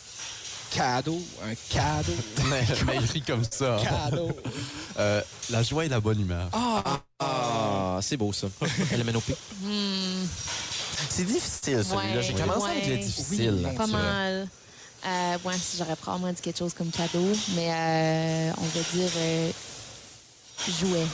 [SPEAKER 3] Cadeau, un cadeau,
[SPEAKER 4] Mais, mais il rit comme ça.
[SPEAKER 3] cadeau.
[SPEAKER 4] Euh, la joie et la bonne humeur.
[SPEAKER 3] Ah, Ah, c'est beau ça. Hmm.
[SPEAKER 1] LMNOP. C'est difficile, celui-là.
[SPEAKER 5] Ouais.
[SPEAKER 1] J'ai commencé avec le
[SPEAKER 5] Ouais.
[SPEAKER 1] difficile.
[SPEAKER 3] Oui.
[SPEAKER 5] Pas
[SPEAKER 3] C'est
[SPEAKER 5] mal. Euh, ouais, j'aurais probablement dit quelque chose comme cadeau, mais euh, on va dire euh, jouet.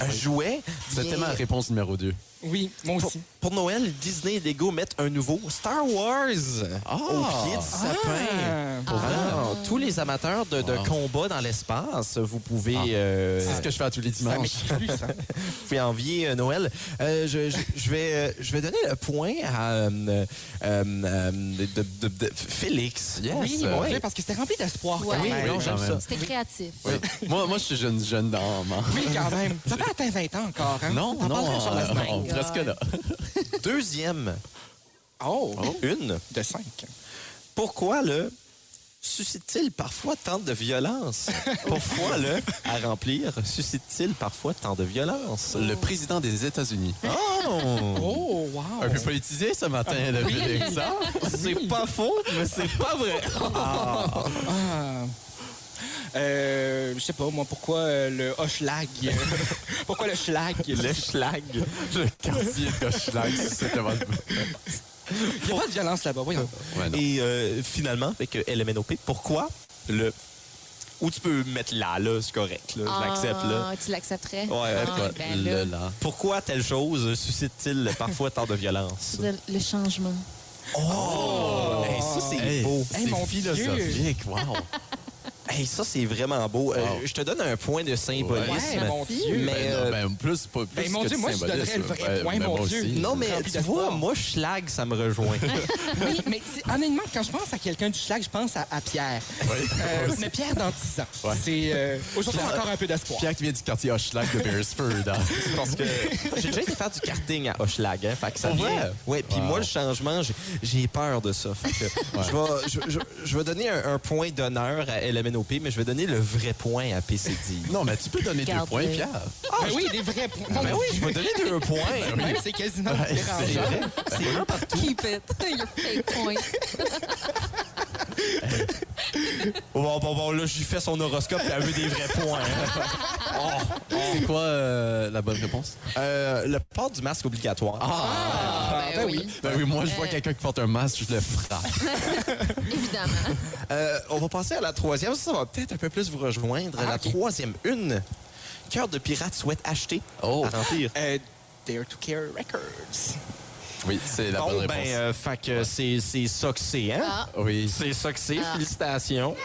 [SPEAKER 1] Un jouet.
[SPEAKER 4] C'est
[SPEAKER 1] bien-
[SPEAKER 4] tellement la réponse numéro 2.
[SPEAKER 3] Oui, moi
[SPEAKER 1] Pour,
[SPEAKER 3] aussi.
[SPEAKER 1] pour Noël, Disney et Lego mettent un nouveau Star Wars au pied du sapin. Ah.
[SPEAKER 3] Ah.
[SPEAKER 1] Ah! Pour vraiment, tous les amateurs de, de combats dans l'espace, vous pouvez, euh,
[SPEAKER 4] C'est ce que je fais à tous les
[SPEAKER 3] Ça
[SPEAKER 4] dimanches.
[SPEAKER 3] m'écrit plus, ça.
[SPEAKER 1] vous pouvez envier euh, Noël. Euh, je, je- je vais, euh, je vais donner le point à euh, euh, euh, de, de- de- Félix. Yes.
[SPEAKER 3] Oui, mon
[SPEAKER 1] Ouais.
[SPEAKER 3] Dieu, parce que c'était rempli d'espoir quand
[SPEAKER 5] Ouais.
[SPEAKER 1] Oui,
[SPEAKER 3] même.
[SPEAKER 1] non,
[SPEAKER 4] quand
[SPEAKER 1] j'aime
[SPEAKER 4] même.
[SPEAKER 1] ça.
[SPEAKER 5] C'était créatif.
[SPEAKER 4] Oui. moi, moi, je suis jeune, jeune d'âme. hein.
[SPEAKER 3] Oui, quand même. T'as pas atteint 20 ans encore, hein?
[SPEAKER 4] Non,
[SPEAKER 3] T'en
[SPEAKER 4] non,
[SPEAKER 3] parleras, Charles
[SPEAKER 4] euh,
[SPEAKER 3] Aznavour.
[SPEAKER 4] on- presque là.
[SPEAKER 1] Deuxième,
[SPEAKER 3] Oh,
[SPEAKER 1] une.
[SPEAKER 3] de 5.
[SPEAKER 1] Pourquoi le suscite-t-il parfois tant de violence? Pourquoi le à remplir suscite-t-il parfois tant de violence?
[SPEAKER 4] Le président des États-Unis.
[SPEAKER 1] Oh!
[SPEAKER 3] Oh, Ah. wow.
[SPEAKER 4] Un peu politisé ce matin, le Félix. hein?
[SPEAKER 1] C'est pas faux, mais c'est pas vrai.
[SPEAKER 3] Ah. Euh, je sais pas, moi, pourquoi euh, le Hochelag? pourquoi le Schlag?
[SPEAKER 1] Le schlag.
[SPEAKER 4] Le quartier de Schlag, c'est tellement...
[SPEAKER 3] Il n'y a pas de violence là-bas, voyons.
[SPEAKER 4] Ouais, non.
[SPEAKER 1] Et euh, finalement, avec euh, LMNOP, pourquoi le... Ou tu peux mettre là, là, c'est correct, là, je l'accepte, là.
[SPEAKER 5] Ah, Tu l'accepterais?
[SPEAKER 1] Ouais,
[SPEAKER 5] Ah,
[SPEAKER 1] quoi,
[SPEAKER 5] ben là,
[SPEAKER 4] Le là.
[SPEAKER 1] Pourquoi telle chose suscite-t-il parfois tant de violence?
[SPEAKER 5] je veux dire, le changement.
[SPEAKER 1] Oh! Hey, ça, c'est
[SPEAKER 4] Hey,
[SPEAKER 1] beau.
[SPEAKER 4] C'est
[SPEAKER 3] Hey, mon
[SPEAKER 4] philosophique, wow.
[SPEAKER 1] Hey, ça, c'est vraiment beau. Euh,
[SPEAKER 4] Wow.
[SPEAKER 1] je te donne un point de symbolisme.
[SPEAKER 3] Ouais, mon Dieu.
[SPEAKER 1] Mais,
[SPEAKER 4] Ben,
[SPEAKER 1] euh,
[SPEAKER 4] non, ben, plus, pas plus
[SPEAKER 3] ben, mon
[SPEAKER 4] que
[SPEAKER 3] Dieu,
[SPEAKER 4] du
[SPEAKER 3] moi, je
[SPEAKER 4] symbolisme.
[SPEAKER 3] donnerais le vrai point,
[SPEAKER 4] ben,
[SPEAKER 3] mon
[SPEAKER 4] moi
[SPEAKER 3] Dieu.
[SPEAKER 4] aussi.
[SPEAKER 1] non, mais
[SPEAKER 3] Rempli
[SPEAKER 1] tu
[SPEAKER 3] d'espoir.
[SPEAKER 1] vois, moi, schlag, ça me rejoint.
[SPEAKER 3] Oui, mais c'est- honnêtement, quand je pense à quelqu'un du Schlag, je pense à, à Pierre. Euh, mais Pierre dans 10 ans.
[SPEAKER 4] Ouais.
[SPEAKER 3] C'est euh, aujourd'hui encore un peu d'espoir.
[SPEAKER 4] Pierre qui vient du quartier Hochelag de Beresford. hein.
[SPEAKER 1] Parce que j'ai déjà été faire du karting à Hochelag. Hein, fait que ça
[SPEAKER 4] Pour vrai?
[SPEAKER 1] vient- Ouais, puis
[SPEAKER 4] Wow.
[SPEAKER 1] moi, le changement, j'ai- j'ai peur de ça. Fait que je, vais, je, je- je vais donner un, un point d'honneur à LMNOP, mais je vais donner le vrai point à PCD.
[SPEAKER 4] Non, mais tu peux donner deux
[SPEAKER 5] Regarde-le.
[SPEAKER 4] points, Pierre.
[SPEAKER 3] Ben oui, des vrais points. Non,
[SPEAKER 1] Ben oui, je vais donner deux points.
[SPEAKER 3] même, c'est quasiment différent.
[SPEAKER 1] C'est vrai. C'est un par-
[SPEAKER 5] Keep it. Your fake point.
[SPEAKER 1] Bon, bon, bon, là, j'ai fait son horoscope et elle veut des vrais points. hein.
[SPEAKER 4] C'est quoi euh, la bonne réponse?
[SPEAKER 1] Euh, le port du masque obligatoire.
[SPEAKER 5] Ah, ben oui.
[SPEAKER 4] Ben oui, moi, je vois quelqu'un qui porte un masque, je le frappe.
[SPEAKER 5] Évidemment.
[SPEAKER 1] Euh, on va passer à la troisième. Ça, ça va peut-être un peu plus vous rejoindre. la troisième, une. Cœur de pirate souhaite acheter
[SPEAKER 4] Oh.
[SPEAKER 1] à remplir.
[SPEAKER 3] Euh, Dare to Care Records.
[SPEAKER 4] Oui, c'est la
[SPEAKER 1] Bon,
[SPEAKER 4] bonne
[SPEAKER 1] ben,
[SPEAKER 4] réponse.
[SPEAKER 1] euh, fait que c'est c'est ça que c'est, hein?
[SPEAKER 5] Ah.
[SPEAKER 4] Oui,
[SPEAKER 1] C'est ça que c'est.
[SPEAKER 5] Ah.
[SPEAKER 1] Félicitations.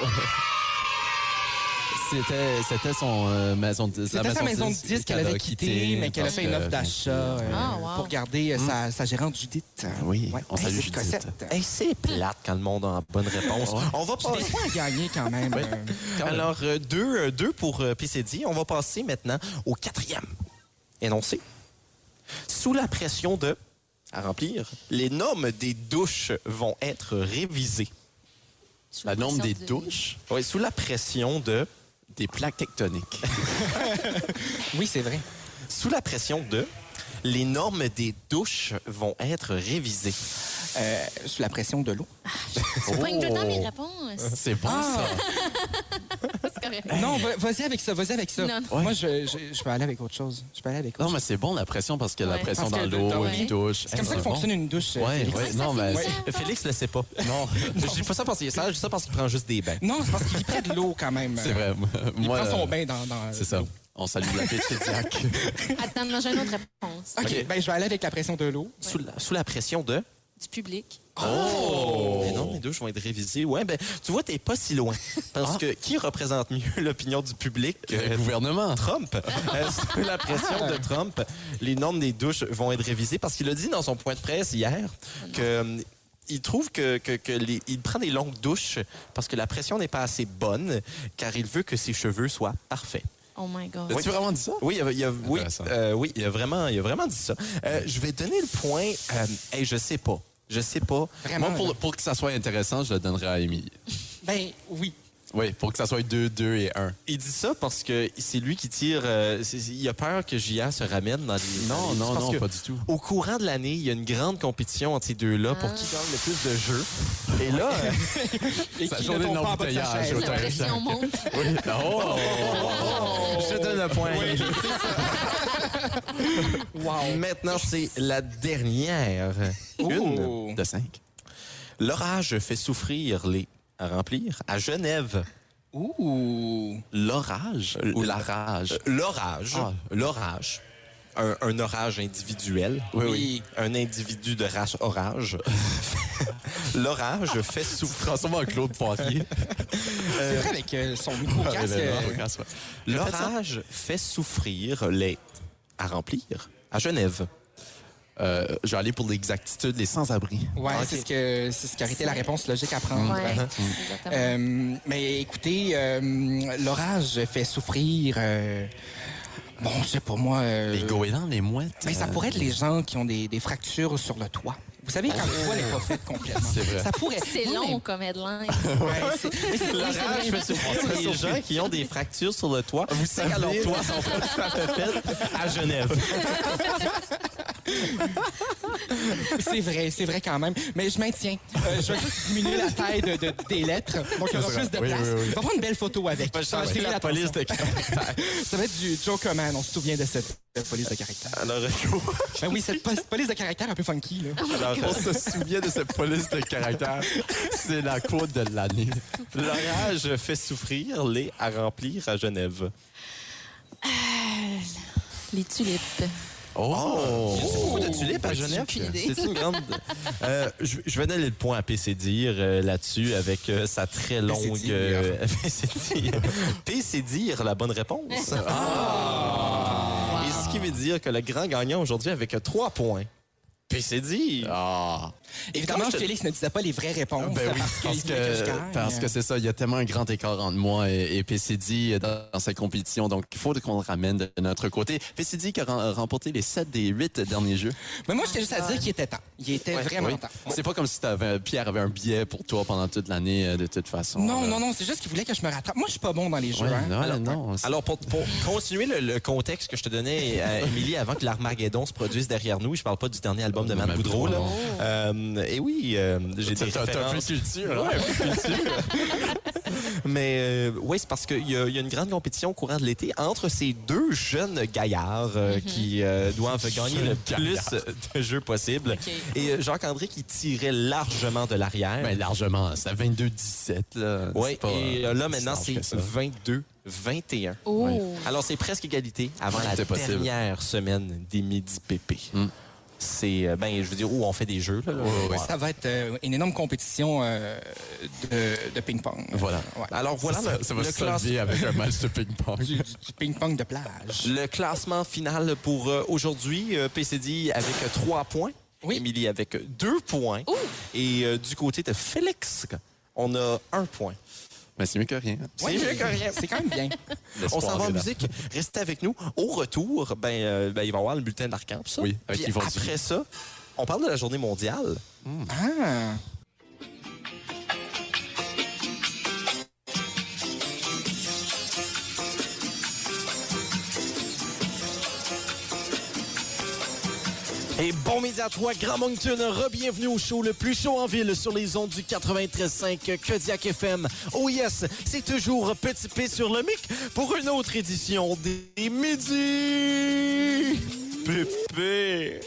[SPEAKER 4] c'était, c'était son euh, maison de disque. la
[SPEAKER 3] C'était sa maison de disque qu'elle avait
[SPEAKER 4] quittée
[SPEAKER 3] quittée, mais qu'elle a
[SPEAKER 4] parce
[SPEAKER 3] fait une
[SPEAKER 4] que- Mhm.
[SPEAKER 3] offre d'achat euh,
[SPEAKER 5] Ah, wow.
[SPEAKER 3] pour garder euh, sa, sa gérante Judith.
[SPEAKER 4] Ah Oui, on
[SPEAKER 3] Hey,
[SPEAKER 4] salue
[SPEAKER 3] c'est
[SPEAKER 4] Judith.
[SPEAKER 3] Cossette.
[SPEAKER 1] Hey, c'est plate quand le monde a bonne réponse. On va
[SPEAKER 3] J'ai des
[SPEAKER 1] passer.
[SPEAKER 3] points à gagner quand même. euh.
[SPEAKER 1] Alors, euh, deux, euh, deux pour euh, PCD. On va passer maintenant au quatrième. Énoncé. Sous la pression de. À remplir, les normes des douches vont être révisées.
[SPEAKER 4] La norme des
[SPEAKER 5] de-
[SPEAKER 4] douches,
[SPEAKER 1] Oui, sous la pression de.
[SPEAKER 4] des plaques tectoniques.
[SPEAKER 3] Oui, c'est vrai.
[SPEAKER 1] Sous la pression de. Les normes des douches vont être révisées.
[SPEAKER 3] Euh, sous la pression de l'eau.
[SPEAKER 5] Tu poignes tout le temps
[SPEAKER 4] Oh.
[SPEAKER 5] mes réponses.
[SPEAKER 4] C'est bon,
[SPEAKER 5] C'est correct.
[SPEAKER 3] Non, va- vas-y avec ça, vas-y avec ça.
[SPEAKER 5] Non,
[SPEAKER 3] Moi, je, je, je peux aller avec autre chose. Je peux aller avec
[SPEAKER 4] ça.
[SPEAKER 3] autre
[SPEAKER 4] Non, mais
[SPEAKER 3] chose.
[SPEAKER 4] c'est bon la pression parce que la
[SPEAKER 5] Ouais.
[SPEAKER 4] pression
[SPEAKER 3] Parce
[SPEAKER 4] dans
[SPEAKER 3] que
[SPEAKER 4] l'eau,
[SPEAKER 5] dedans,
[SPEAKER 4] une
[SPEAKER 5] ouais.
[SPEAKER 4] douche.
[SPEAKER 3] C'est comme ça que fonctionne une douche. euh,
[SPEAKER 4] Oui,
[SPEAKER 3] Félix.
[SPEAKER 4] oui, non, mais.
[SPEAKER 5] Ouais.
[SPEAKER 1] Euh, Félix le sait pas. Non. Je dis pas ça parce qu'il est sage, je dis ça parce qu'il prend juste des bains.
[SPEAKER 3] Non, c'est parce qu'il vit près de l'eau quand même.
[SPEAKER 4] C'est vrai.
[SPEAKER 3] Il
[SPEAKER 4] Moi,
[SPEAKER 3] prend son
[SPEAKER 4] euh,
[SPEAKER 3] bain dans. dans
[SPEAKER 4] C'est ça.
[SPEAKER 3] l'eau.
[SPEAKER 4] On salue la piste Diac.
[SPEAKER 5] Attends, moi, j'ai une autre réponse.
[SPEAKER 3] OK, ben, je vais aller avec la pression de l'eau.
[SPEAKER 1] Sous la, sous la pression de.
[SPEAKER 5] Du public.
[SPEAKER 1] Oh! Les normes des douches vont être révisées. Ouais, ben, tu vois, t'es pas si loin. Parce que qui représente mieux l'opinion du public que
[SPEAKER 4] Le euh, gouvernement.
[SPEAKER 1] Trump? Euh, sous la pression de Trump, les normes des douches vont être révisées parce qu'il a dit dans son point de presse hier que. euh, Il trouve que, que- que les- il prend des longues douches parce que la pression n'est pas assez bonne, car il veut que ses cheveux soient parfaits.
[SPEAKER 5] Oh my God.
[SPEAKER 4] As-tu vraiment dit ça?
[SPEAKER 1] Oui, il y a- il y a, oui,
[SPEAKER 4] Intéressant.
[SPEAKER 1] euh, oui, il y a vraiment, il y a vraiment dit ça. Euh, je vais donner le point. Euh, hey, je sais pas, je sais pas.
[SPEAKER 3] Vraiment.
[SPEAKER 4] Moi, pour, pour que ça soit intéressant, je le donnerai à Émilie.
[SPEAKER 3] Ben oui.
[SPEAKER 4] Oui, pour que ça soit 2, 2 et 1.
[SPEAKER 1] Il dit ça parce que c'est lui qui tire. euh, c'est- c'est- il a peur que JR se ramène dans les. dans
[SPEAKER 4] Non,
[SPEAKER 1] les-
[SPEAKER 4] non,
[SPEAKER 1] parce
[SPEAKER 4] non,
[SPEAKER 1] que
[SPEAKER 4] pas du tout.
[SPEAKER 1] Au courant de l'année, il y a une grande compétition entre ces deux-là pour qui gagne le plus de jeux. Et là, euh,
[SPEAKER 3] Et
[SPEAKER 4] Ça
[SPEAKER 3] qui
[SPEAKER 4] journée
[SPEAKER 3] ne tombe
[SPEAKER 4] de
[SPEAKER 3] pas en bas de sa
[SPEAKER 4] l'embouteillage,
[SPEAKER 3] chaise.
[SPEAKER 4] autant.
[SPEAKER 5] La pression monte.
[SPEAKER 4] Oui. Oh!
[SPEAKER 1] je te donne le point. Maintenant, c'est la dernière. Une.
[SPEAKER 4] De 5.
[SPEAKER 1] L'orage fait souffrir les. À remplir. À Genève.
[SPEAKER 3] Ouh.
[SPEAKER 1] L'orage ou Euh, la rage? L'orage.
[SPEAKER 4] Ah.
[SPEAKER 1] L'orage. Un, un orage individuel.
[SPEAKER 4] Oui,
[SPEAKER 1] Un individu de race orage. L'orage fait souffrir.
[SPEAKER 4] Transforme en Claude Poirier.
[SPEAKER 3] C'est vrai avec euh, son
[SPEAKER 4] Ah,
[SPEAKER 3] micro-casque. euh,
[SPEAKER 1] L'orage fait souffrir les. À remplir. À Genève.
[SPEAKER 4] Euh, je vais aller pour l'exactitude, les sans-abri.
[SPEAKER 3] Ouais, c'est ce que c'est ce qui aurait été la réponse logique à prendre. Ben,
[SPEAKER 5] Ouais, exactement.
[SPEAKER 3] Euh, mais écoutez, euh, l'orage fait souffrir. euh, bon, je sais pas moi. euh,
[SPEAKER 4] Les goélands, les mouettes.
[SPEAKER 3] mais ça pourrait être les gens qui ont des, des fractures sur le toit. Vous savez, quand le toit n'est pas fait complètement.
[SPEAKER 4] C'est vrai.
[SPEAKER 3] Ça pourrait.
[SPEAKER 5] C'est
[SPEAKER 3] Oui,
[SPEAKER 5] long comme headline.
[SPEAKER 3] mais- ouais, c'est- mais c'est- oui, c'est
[SPEAKER 1] L'orage
[SPEAKER 3] vrai.
[SPEAKER 1] fait souffrir les gens qui ont des fractures sur le toit. Vous savez, alors,
[SPEAKER 4] savez-
[SPEAKER 1] toits sont pas tout à fait faits à Genève.
[SPEAKER 3] C'est vrai, c'est vrai quand même. Mais je maintiens. Euh, je vais juste diminuer la taille de, de- des lettres. Donc, il y aura
[SPEAKER 4] Ça sera-
[SPEAKER 3] plus de
[SPEAKER 4] oui,
[SPEAKER 3] place.
[SPEAKER 4] oui, oui.
[SPEAKER 3] On va prendre une belle photo avec.
[SPEAKER 1] Je
[SPEAKER 3] Ça va attirer
[SPEAKER 1] la
[SPEAKER 3] l'attention.
[SPEAKER 1] police de
[SPEAKER 3] Ça va être du Joker Man. On se souvient de cette euh, police de caractère.
[SPEAKER 1] Alors,
[SPEAKER 3] Ben oui, cette po- police de caractère un peu funky, là.
[SPEAKER 1] alors,
[SPEAKER 4] On se souvient de cette police de caractère. C'est la côte de l'année.
[SPEAKER 1] L'orage fait souffrir les à remplir à Genève.
[SPEAKER 5] Les tulipes.
[SPEAKER 4] Oh!
[SPEAKER 1] Beaucoup de tulipes à Genève.
[SPEAKER 5] aucune idée.
[SPEAKER 1] C'est une grande. Euh, je, je vais donner le point à PC Dire euh, là-dessus avec euh, sa très longue.
[SPEAKER 3] Dire.
[SPEAKER 1] euh, PC Dire. PC Dire, la bonne réponse.
[SPEAKER 5] Ah!
[SPEAKER 1] Et ce qui veut dire que le grand gagnant aujourd'hui avec euh, trois points. PC Dire.
[SPEAKER 4] Ah!
[SPEAKER 3] Évidemment,
[SPEAKER 1] Comment je te-
[SPEAKER 3] Félix ne disait pas les vraies réponses.
[SPEAKER 4] Ben oui,
[SPEAKER 3] parce
[SPEAKER 4] parce
[SPEAKER 3] qu'il voulait je
[SPEAKER 4] que,
[SPEAKER 3] gagne.
[SPEAKER 4] parce que c'est ça, il y a tellement un grand écart entre moi et, et PCD euh, dans, dans cette compétition, donc il faut qu'on le ramène de notre côté. PCD qui a rem- remporté les 7 des 8 derniers jeux.
[SPEAKER 3] Mais moi, j'étais juste à dire qu'il était temps. Il était vraiment
[SPEAKER 4] Oui.
[SPEAKER 3] temps.
[SPEAKER 4] C'est pas comme si t'avais- Pierre avait un billet pour toi pendant toute l'année, euh, de toute façon.
[SPEAKER 3] Non,
[SPEAKER 4] là.
[SPEAKER 3] non, non, c'est juste qu'il voulait que je me rattrape. Moi, je suis pas bon dans les jeux.
[SPEAKER 4] Ouais,
[SPEAKER 3] hein.
[SPEAKER 4] non,
[SPEAKER 1] Alors,
[SPEAKER 4] Ah, non, c'est-
[SPEAKER 1] Alors, pour, pour continuer le, le contexte que je te donnais, euh, Émilie, avant que l'Armageddon se produise derrière nous, et je parle pas du dernier album de
[SPEAKER 4] Oh,
[SPEAKER 1] Matt
[SPEAKER 4] Matt
[SPEAKER 1] Boudreau. Là.
[SPEAKER 4] Boudreau,
[SPEAKER 1] Euh, et oui, euh, j'ai des
[SPEAKER 4] T'as- t'as- t'as un peu
[SPEAKER 1] références.
[SPEAKER 4] de culture, hein?
[SPEAKER 1] Mais euh, oui, c'est parce qu'il y, a il y a une grande compétition au courant de l'été entre ces deux jeunes gaillards euh, qui euh, doivent gagner le
[SPEAKER 4] gaillards.
[SPEAKER 1] plus euh, de jeux possible. Et euh, Jacques-André qui tirait largement de l'arrière.
[SPEAKER 4] Ben, largement, c'est à 22-17. là.
[SPEAKER 1] ouais,
[SPEAKER 4] C'est pas,
[SPEAKER 1] et euh,
[SPEAKER 4] euh,
[SPEAKER 1] là
[SPEAKER 4] si
[SPEAKER 1] maintenant
[SPEAKER 4] large
[SPEAKER 1] c'est
[SPEAKER 4] que ça.
[SPEAKER 1] 22-21.
[SPEAKER 5] Oh.
[SPEAKER 1] Alors c'est presque égalité avant
[SPEAKER 4] Ouais,
[SPEAKER 1] la
[SPEAKER 4] c'est possible.
[SPEAKER 1] dernière semaine des midi PP.
[SPEAKER 4] Mm.
[SPEAKER 1] C'est euh, ben je veux dire où on fait des jeux là.
[SPEAKER 4] ouais.
[SPEAKER 3] Ça va être euh, une énorme compétition euh, de, de ping-pong.
[SPEAKER 4] Voilà.
[SPEAKER 3] Ouais.
[SPEAKER 1] Alors voilà
[SPEAKER 4] Ça,
[SPEAKER 1] le,
[SPEAKER 4] ça va
[SPEAKER 1] le
[SPEAKER 4] se
[SPEAKER 1] classe-
[SPEAKER 4] solder avec un match de
[SPEAKER 3] Du,
[SPEAKER 4] ping-pong.
[SPEAKER 3] du- du ping-pong de plage.
[SPEAKER 1] Le classement final pour euh, aujourd'hui, euh, PCD avec euh, trois points,
[SPEAKER 3] Oui.
[SPEAKER 1] Émilie avec euh, deux points et euh, du côté de Félix, on a un point.
[SPEAKER 4] Mais c'est mieux que rien.
[SPEAKER 3] Ouais,
[SPEAKER 1] mieux que rien.
[SPEAKER 3] C'est quand même bien.
[SPEAKER 1] On s'en va en
[SPEAKER 4] L'espoir est là.
[SPEAKER 1] musique. Restez avec nous. Au retour, ben, euh, ben, il va y avoir le bulletin d'Arcamp, ça.
[SPEAKER 4] Oui, avec
[SPEAKER 1] Puis
[SPEAKER 4] Yvon Dupuis.
[SPEAKER 1] après ça, on parle de la journée mondiale.
[SPEAKER 3] Ah.
[SPEAKER 1] Et bon midi à toi, Grand Moncton. Re-bienvenue au show le plus chaud en ville sur les ondes du 93.5 Kodiak FM. Oh yes, c'est toujours Petit P sur le mic pour une autre édition des Midi Pépé.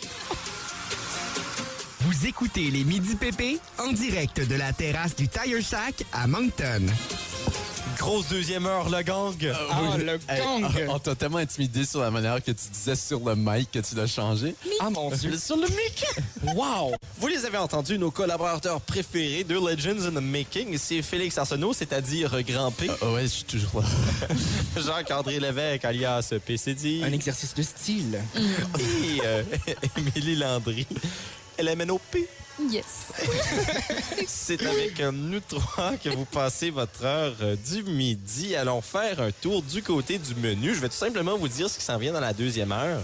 [SPEAKER 2] Vous écoutez les Midi PP en direct de la terrasse du Tire Shack à Moncton.
[SPEAKER 1] Grosse deuxième heure, le gang.
[SPEAKER 3] Ah, le
[SPEAKER 4] Hey,
[SPEAKER 3] gang.
[SPEAKER 4] on on t'a tellement intimidé sur la manière que tu disais sur le mic que tu l'as changé.
[SPEAKER 3] Ah, mon Dieu.
[SPEAKER 1] Sur le mic. Wow. Vous les avez entendus, nos collaborateurs préférés de Legends in the Making, c'est Félix Arsenault, c'est-à-dire Grand P,
[SPEAKER 4] Ah ouais, je suis toujours là.
[SPEAKER 1] Jacques-André Lévesque, alias PCD.
[SPEAKER 3] Un exercice de style.
[SPEAKER 1] Et euh, Émilie Landry, LMNOP.
[SPEAKER 5] Yes.
[SPEAKER 1] C'est avec euh, nous trois que vous passez votre heure euh, du midi. Allons faire un tour du côté du menu. Je vais tout simplement vous dire ce qui s'en vient dans la deuxième heure.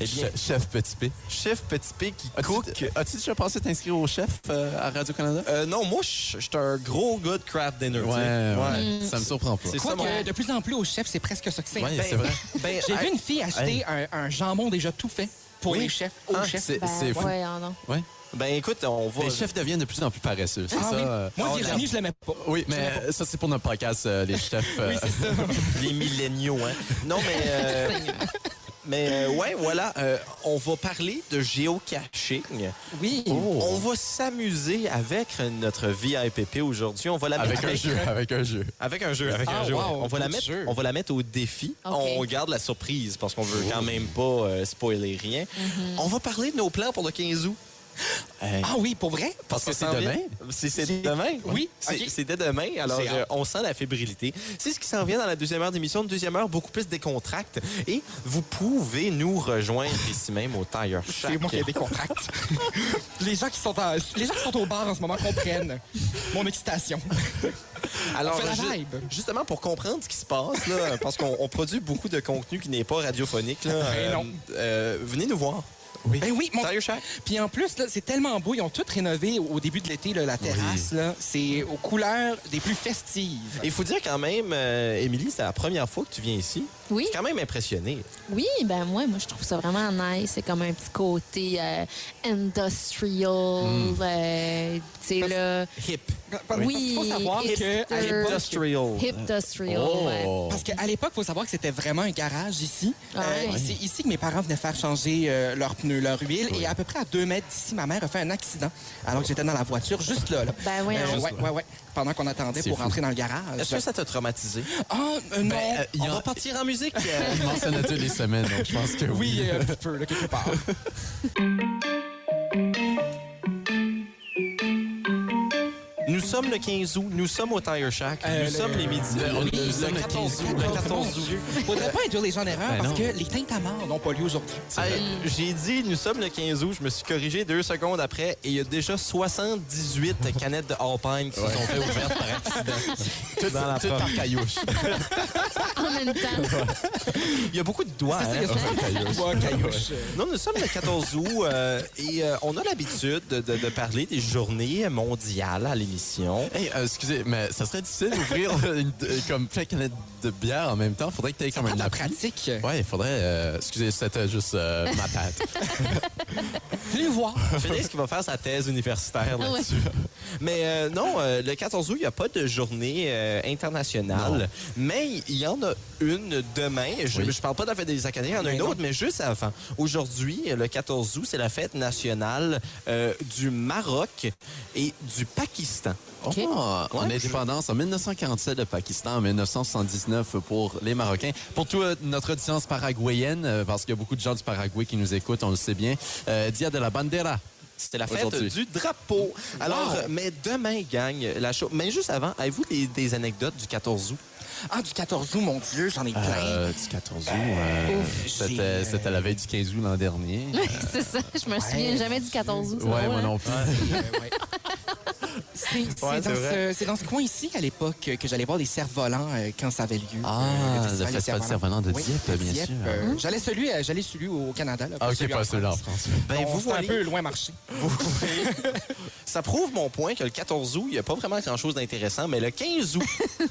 [SPEAKER 1] Eh bien,
[SPEAKER 4] Che- chef Petit P.
[SPEAKER 1] chef Petit P qui
[SPEAKER 3] Ah,
[SPEAKER 4] As-tu-
[SPEAKER 1] cook.
[SPEAKER 4] As-tu déjà pensé t'inscrire au chef euh, à Radio-Canada?
[SPEAKER 1] Euh, non, moi, je je suis un gros gars de craft dinner. tu sais.
[SPEAKER 4] Ça me surprend pas.
[SPEAKER 1] C'est ça,
[SPEAKER 3] Quoi
[SPEAKER 1] mon-
[SPEAKER 3] que de plus en plus au chef, c'est presque ça que c'est.
[SPEAKER 4] Ouais,
[SPEAKER 3] Ben,
[SPEAKER 4] c'est vrai.
[SPEAKER 1] Ben,
[SPEAKER 3] J'ai vu
[SPEAKER 1] hey,
[SPEAKER 3] une fille acheter un, un jambon déjà tout fait pour
[SPEAKER 1] Oui.
[SPEAKER 3] les chefs, au
[SPEAKER 1] Hein,
[SPEAKER 3] chef.
[SPEAKER 4] C'est
[SPEAKER 5] Ben,
[SPEAKER 4] c'est fou.
[SPEAKER 5] voyons donc.
[SPEAKER 4] Ouais.
[SPEAKER 1] ben, écoute, on va.
[SPEAKER 4] Les chefs deviennent de plus en plus paresseux. C'est
[SPEAKER 3] Ah
[SPEAKER 4] ça.
[SPEAKER 3] oui.
[SPEAKER 4] euh,
[SPEAKER 3] Moi,
[SPEAKER 1] on
[SPEAKER 3] Virginie, je l'aimais pas.
[SPEAKER 4] oui, mais euh, ça, c'est pour notre podcast, euh, les chefs. euh,
[SPEAKER 1] Les milléniaux, hein. Non, mais. euh, Mais euh, ouais, voilà, euh, on va parler de géocaching.
[SPEAKER 3] Oui.
[SPEAKER 1] On va s'amuser avec notre VIPP aujourd'hui. On va la mettre
[SPEAKER 4] Avec un jeu, avec un jeu.
[SPEAKER 1] Avec un jeu, avec
[SPEAKER 3] Ah,
[SPEAKER 1] un jeu.
[SPEAKER 3] wow,
[SPEAKER 1] on, va la
[SPEAKER 3] un
[SPEAKER 1] mettre,
[SPEAKER 3] jeu.
[SPEAKER 1] on va la mettre au défi.
[SPEAKER 5] OK.
[SPEAKER 1] On garde la surprise parce qu'on veut quand même pas euh, spoiler rien. On va parler de nos plans pour le 15 août. Mm-hmm. Euh,
[SPEAKER 3] Ah oui, pour vrai?
[SPEAKER 1] parce que c'est demain. C'est c'est demain.
[SPEAKER 3] Oui,
[SPEAKER 1] C'est
[SPEAKER 3] ok.
[SPEAKER 1] c'est dès demain. Alors,
[SPEAKER 3] C'est
[SPEAKER 1] euh,
[SPEAKER 3] hâte.
[SPEAKER 1] on sent la fébrilité. C'est ce qui s'en vient dans la deuxième heure d'émission. Une deuxième heure beaucoup plus décontracte. Et vous pouvez nous rejoindre ici même au Tire Shack.
[SPEAKER 3] C'est moi qui ai des contracts. les, gens qui sont à- les gens qui sont au bar en ce moment comprennent mon excitation.
[SPEAKER 1] Alors,
[SPEAKER 3] On fait la
[SPEAKER 1] ju-
[SPEAKER 3] vibe.
[SPEAKER 1] justement, pour comprendre ce qui se passe, là, parce qu'on on produit beaucoup de contenu qui n'est pas radiophonique, là,
[SPEAKER 3] Ben non.
[SPEAKER 1] euh, venez nous voir. Oui.
[SPEAKER 3] Ben oui, mon-
[SPEAKER 1] Tire Shack.
[SPEAKER 3] Puis en plus, là, c'est tellement beau. Ils ont tout rénové au début de l'été, là, la terrasse. là. C'est aux couleurs des plus festives.
[SPEAKER 1] Il faut dire quand même, euh, Émilie, c'est la première fois que tu viens ici.
[SPEAKER 5] Oui.
[SPEAKER 1] Je suis quand même impressionné.
[SPEAKER 5] Oui, ben moi, moi je trouve ça vraiment nice. C'est comme un petit côté euh, industrial. euh, tu sais, là.
[SPEAKER 1] Hip.
[SPEAKER 3] Mm. Parce qu'il faut savoir
[SPEAKER 5] hipster.
[SPEAKER 3] que à l'époque,
[SPEAKER 1] Industrial.
[SPEAKER 5] Hipdustrial, ouais.
[SPEAKER 4] Oh!
[SPEAKER 3] Parce qu'à l'époque, il faut savoir que c'était vraiment un garage ici.
[SPEAKER 5] Ah ouais.
[SPEAKER 3] et C'est ici que mes parents venaient faire changer euh, leurs pneus, leur huile. Et à peu près à deux mètres d'ici, ma mère a fait un accident alors que j'étais dans la voiture, juste là. là.
[SPEAKER 5] Ben voyons.
[SPEAKER 3] ouais, ouais, ouais. Pendant qu'on attendait
[SPEAKER 4] C'est
[SPEAKER 3] pour
[SPEAKER 4] fou.
[SPEAKER 3] rentrer dans le garage.
[SPEAKER 1] Est-ce que ça t'a traumatisé?
[SPEAKER 3] Ah, euh, non.
[SPEAKER 4] euh, il y
[SPEAKER 1] On
[SPEAKER 4] a-
[SPEAKER 1] va partir en musique. euh,
[SPEAKER 4] Il mentionne à toutes les semaines, donc je pense que oui.
[SPEAKER 3] oui, euh, un petit peu, là, quelque part.
[SPEAKER 1] nous sommes le 15 août, nous sommes au Tire Shack,
[SPEAKER 3] Euh,
[SPEAKER 1] nous
[SPEAKER 3] le-
[SPEAKER 1] sommes les midis.
[SPEAKER 4] le-
[SPEAKER 1] Oui,
[SPEAKER 4] nous sommes le 15 août,
[SPEAKER 1] le
[SPEAKER 4] le
[SPEAKER 1] 14 août.
[SPEAKER 3] Faudrait pas induire les gens en erreur
[SPEAKER 4] Ben
[SPEAKER 3] parce
[SPEAKER 4] non.
[SPEAKER 3] que les teintes amandes n'ont pas lieu aujourd'hui.
[SPEAKER 1] Hey, J'ai dit, nous sommes le 15 août. Je me suis corrigé deux secondes après et il y a déjà 78 canettes de Alpine qui se sont fait ouvertes par accident.
[SPEAKER 4] Tout,
[SPEAKER 1] Dans la
[SPEAKER 4] tout
[SPEAKER 1] pomme.
[SPEAKER 4] par caillouche.
[SPEAKER 5] En même temps.
[SPEAKER 1] Il y a beaucoup de doigts.
[SPEAKER 3] C'est ça, il y a
[SPEAKER 4] Ah,
[SPEAKER 1] hein?
[SPEAKER 3] souvent des petites voix caillouches.
[SPEAKER 1] Non, nous sommes le 14 août euh, et euh, on a l'habitude de, de- de parler des journées mondiales à l'émission.
[SPEAKER 4] Hey, euh, excusez, mais ça serait difficile d'ouvrir euh, une- euh, comme plein de canettes de bière en même temps. Faudrait que tu aies
[SPEAKER 3] Ça
[SPEAKER 4] comme
[SPEAKER 3] prend de
[SPEAKER 4] un
[SPEAKER 3] la
[SPEAKER 4] appui.
[SPEAKER 3] pratique.
[SPEAKER 4] Ouais, il faudrait. euh, excusez, c'était juste euh, ma patte.
[SPEAKER 3] Venez voir.
[SPEAKER 1] Félix qui va faire sa thèse universitaire
[SPEAKER 5] Ah ouais.
[SPEAKER 1] là-dessus. Mais euh, non, euh, le 14 août, il n'y a pas de journée euh, internationale. Mais il y en a une demain. Je ne
[SPEAKER 4] Oui.
[SPEAKER 1] parle pas de la fête des Acadiens, il y en a
[SPEAKER 3] Mais
[SPEAKER 1] une
[SPEAKER 3] non.
[SPEAKER 1] autre, mais juste avant. Aujourd'hui, le 14 août, c'est la fête nationale euh, du Maroc et du Pakistan.
[SPEAKER 4] Oh, en
[SPEAKER 1] Ouais.
[SPEAKER 4] indépendance en 1947 le Pakistan, en 1979 pour les Marocains. Pour toute notre audience paraguayenne, euh, parce qu'il y a beaucoup de gens du Paraguay qui nous écoutent, on le sait bien, euh, Dia de la Bandera.
[SPEAKER 1] C'était la fête
[SPEAKER 4] Aujourd'hui.
[SPEAKER 1] du drapeau. Alors,
[SPEAKER 3] Wow.
[SPEAKER 1] euh, mais demain, gagne la chose. Mais juste avant, avez-vous des, des anecdotes du 14 août?
[SPEAKER 3] Ah, du 14 août, mon Dieu, j'en ai plein.
[SPEAKER 4] Euh, du 14 août,
[SPEAKER 1] Ben,
[SPEAKER 4] euh,
[SPEAKER 3] Ouf,
[SPEAKER 4] c'était
[SPEAKER 3] j'ai-
[SPEAKER 4] c'était la veille du 15 août l'an dernier.
[SPEAKER 5] c'est ça. Je me souviens jamais du 14 août. c'est
[SPEAKER 4] ouais,
[SPEAKER 5] drôle,
[SPEAKER 4] moi
[SPEAKER 5] hein?
[SPEAKER 4] non plus.
[SPEAKER 3] C'est Euh, c'est
[SPEAKER 1] Ouais, c'est
[SPEAKER 3] dans,
[SPEAKER 1] vrai.
[SPEAKER 3] ce- c'est dans ce coin ici, à l'époque, euh, que j'allais voir les cerfs-volants euh, quand ça avait lieu.
[SPEAKER 4] Ah,
[SPEAKER 3] Euh,
[SPEAKER 4] le festival
[SPEAKER 3] des
[SPEAKER 4] cerfs-volants de
[SPEAKER 3] Oui,
[SPEAKER 4] Dieppe, bien sûr.
[SPEAKER 3] euh, J'allais celui, euh, j'allais celui au Canada. Là,
[SPEAKER 4] Ah, ok,
[SPEAKER 3] en
[SPEAKER 4] pas celui-là en
[SPEAKER 3] France.
[SPEAKER 4] France.
[SPEAKER 1] Ben,
[SPEAKER 3] Bon,
[SPEAKER 1] vous
[SPEAKER 3] c'est un
[SPEAKER 1] voyez.
[SPEAKER 3] peu loin marché.
[SPEAKER 1] Ça prouve mon point que le 14 août, il n'y a pas vraiment grand-chose d'intéressant, mais le 15 août, euh,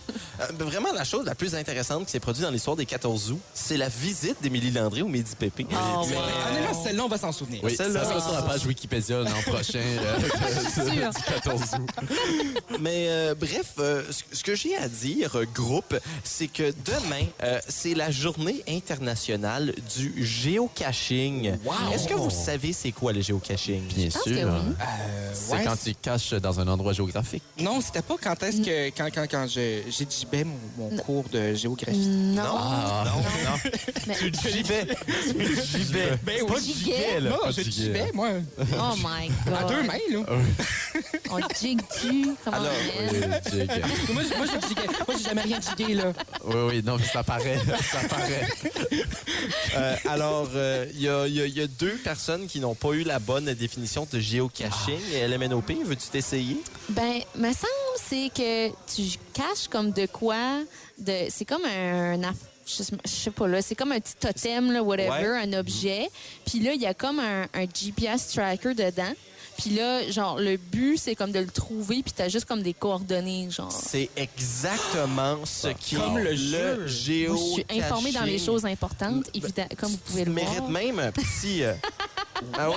[SPEAKER 1] ben, vraiment la chose la plus intéressante qui s'est produite dans l'histoire des 14 août, c'est la visite d'Émilie Landry au Midi Pépé.
[SPEAKER 5] Oh,
[SPEAKER 1] Mais,
[SPEAKER 5] wow.
[SPEAKER 3] Honnêtement, Ah, celle-là, on va s'en souvenir.
[SPEAKER 4] Oui, ça
[SPEAKER 1] Celle-là-
[SPEAKER 4] sera sur la page Wikipédia l'an prochain, euh,
[SPEAKER 5] sûr.
[SPEAKER 4] du 14 août.
[SPEAKER 1] Mais euh, bref, euh, ce- ce que j'ai à dire, euh, groupe, c'est que demain, euh, c'est la journée internationale du géocaching.
[SPEAKER 3] Wow.
[SPEAKER 1] Est-ce que vous savez c'est quoi le géocaching?
[SPEAKER 4] Bien
[SPEAKER 5] pense
[SPEAKER 4] sûr.
[SPEAKER 5] que oui.
[SPEAKER 3] Euh,
[SPEAKER 4] Ah, C'est
[SPEAKER 3] ouais,
[SPEAKER 4] quand tu te caches dans un endroit géographique.
[SPEAKER 3] Non, c'était pas quand est-ce que quand quand quand je j'ai gibé mon, mon cours de géographie.
[SPEAKER 5] Non.
[SPEAKER 3] Ah,
[SPEAKER 1] Non, non, non.
[SPEAKER 5] mais-
[SPEAKER 1] Tu gibais. Tu gibais.
[SPEAKER 3] Ben
[SPEAKER 1] Pas
[SPEAKER 5] oui.
[SPEAKER 1] gibais, là.
[SPEAKER 3] Non,
[SPEAKER 4] pas
[SPEAKER 3] je
[SPEAKER 4] du
[SPEAKER 3] gibais, moi,
[SPEAKER 5] Oh my God.
[SPEAKER 3] à deux mains,
[SPEAKER 4] Ah.
[SPEAKER 3] là.
[SPEAKER 5] On jig tu Comment
[SPEAKER 1] Alors,
[SPEAKER 5] on dit?
[SPEAKER 4] Oui, Jake.
[SPEAKER 3] Moi, je- moi, je giguais. Moi, j'ai jamais rien gigué, là. Ben,
[SPEAKER 4] oui, oui, non, mais ça paraît. Ça paraît.
[SPEAKER 1] Euh, alors, euh, il y a- il y, a- il y a deux personnes qui n'ont pas eu la bonne définition de géocaching. LMNOP, veux-tu t'essayer?
[SPEAKER 5] Ben, me semble, c'est que tu caches comme de quoi. De... C'est comme un. aff- Je sais- je sais pas, là. C'est comme un petit totem, là, whatever,
[SPEAKER 1] Ouais.
[SPEAKER 5] un objet. Puis là, il y a comme un, un GPS tracker dedans. Puis là, genre, le but, c'est comme de le trouver, puis t'as juste comme des coordonnées, genre.
[SPEAKER 1] C'est exactement ce qui
[SPEAKER 3] Comme
[SPEAKER 1] est
[SPEAKER 3] le
[SPEAKER 1] le
[SPEAKER 3] jeu.
[SPEAKER 5] Moi,
[SPEAKER 1] géocaching.
[SPEAKER 5] je suis informée dans
[SPEAKER 1] Ben,
[SPEAKER 5] les choses importantes, évidemment, comme vous pouvez
[SPEAKER 1] Tu
[SPEAKER 5] le voir.
[SPEAKER 1] mérites même un petit... euh, Ah ouais.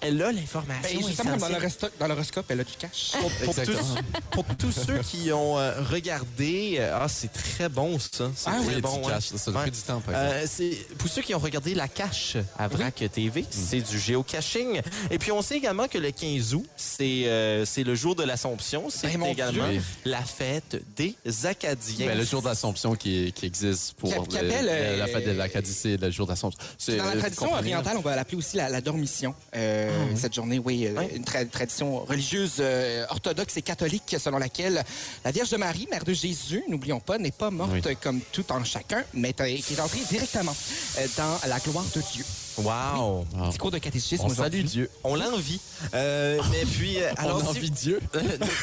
[SPEAKER 1] Elle a l'information.
[SPEAKER 3] Ben, justement, dans
[SPEAKER 1] essentielle.
[SPEAKER 3] l'horoscope, dans l'horoscope, elle a du cash.
[SPEAKER 1] Pour, pour
[SPEAKER 4] Exactement.
[SPEAKER 1] tous, pour tous ceux qui ont euh, regardé, euh, ah, c'est très bon ça. C'est
[SPEAKER 3] Ah oui,
[SPEAKER 1] très
[SPEAKER 4] du
[SPEAKER 1] bon. hein.
[SPEAKER 4] cash, ça, ça a pris du temps, par
[SPEAKER 1] Euh, c'est- pour ceux qui ont regardé La Cache à VRAC TV, c'est du géocaching. Et puis on sait également que le 15 août, c'est euh, c'est le jour de l'Assomption. C'est
[SPEAKER 3] Ben, mon
[SPEAKER 1] également
[SPEAKER 4] Dieu.
[SPEAKER 1] la fête des Acadiens.
[SPEAKER 4] Ben, le jour d'Assomption qui, qui existe pour
[SPEAKER 3] Qui- qui
[SPEAKER 4] le-
[SPEAKER 3] appelle,
[SPEAKER 4] la- la
[SPEAKER 3] euh,
[SPEAKER 4] fête de l'Acadie, c'est le jour d'Assomption. C'est-
[SPEAKER 3] Dans la
[SPEAKER 4] vous
[SPEAKER 3] tradition
[SPEAKER 4] comprenez, là?
[SPEAKER 3] orientale, on va l'appeler aussi la, la dormition. Euh, Cette journée, oui, euh,
[SPEAKER 1] Ouais.
[SPEAKER 3] une tra- tradition religieuse euh, orthodoxe et catholique selon laquelle la Vierge de Marie, mère de Jésus, n'oublions pas, n'est pas morte comme tout en chacun, mais t- qui est entrée directement euh, dans la gloire de Dieu.
[SPEAKER 1] Wow!
[SPEAKER 4] Ah.
[SPEAKER 3] Petit cours de catéchisme
[SPEAKER 4] On salue
[SPEAKER 3] aujourd'hui.
[SPEAKER 4] Dieu.
[SPEAKER 1] On l'envie. Euh, mais puis, euh, alors,
[SPEAKER 4] on a
[SPEAKER 1] si-
[SPEAKER 4] envie de Dieu.
[SPEAKER 1] Euh,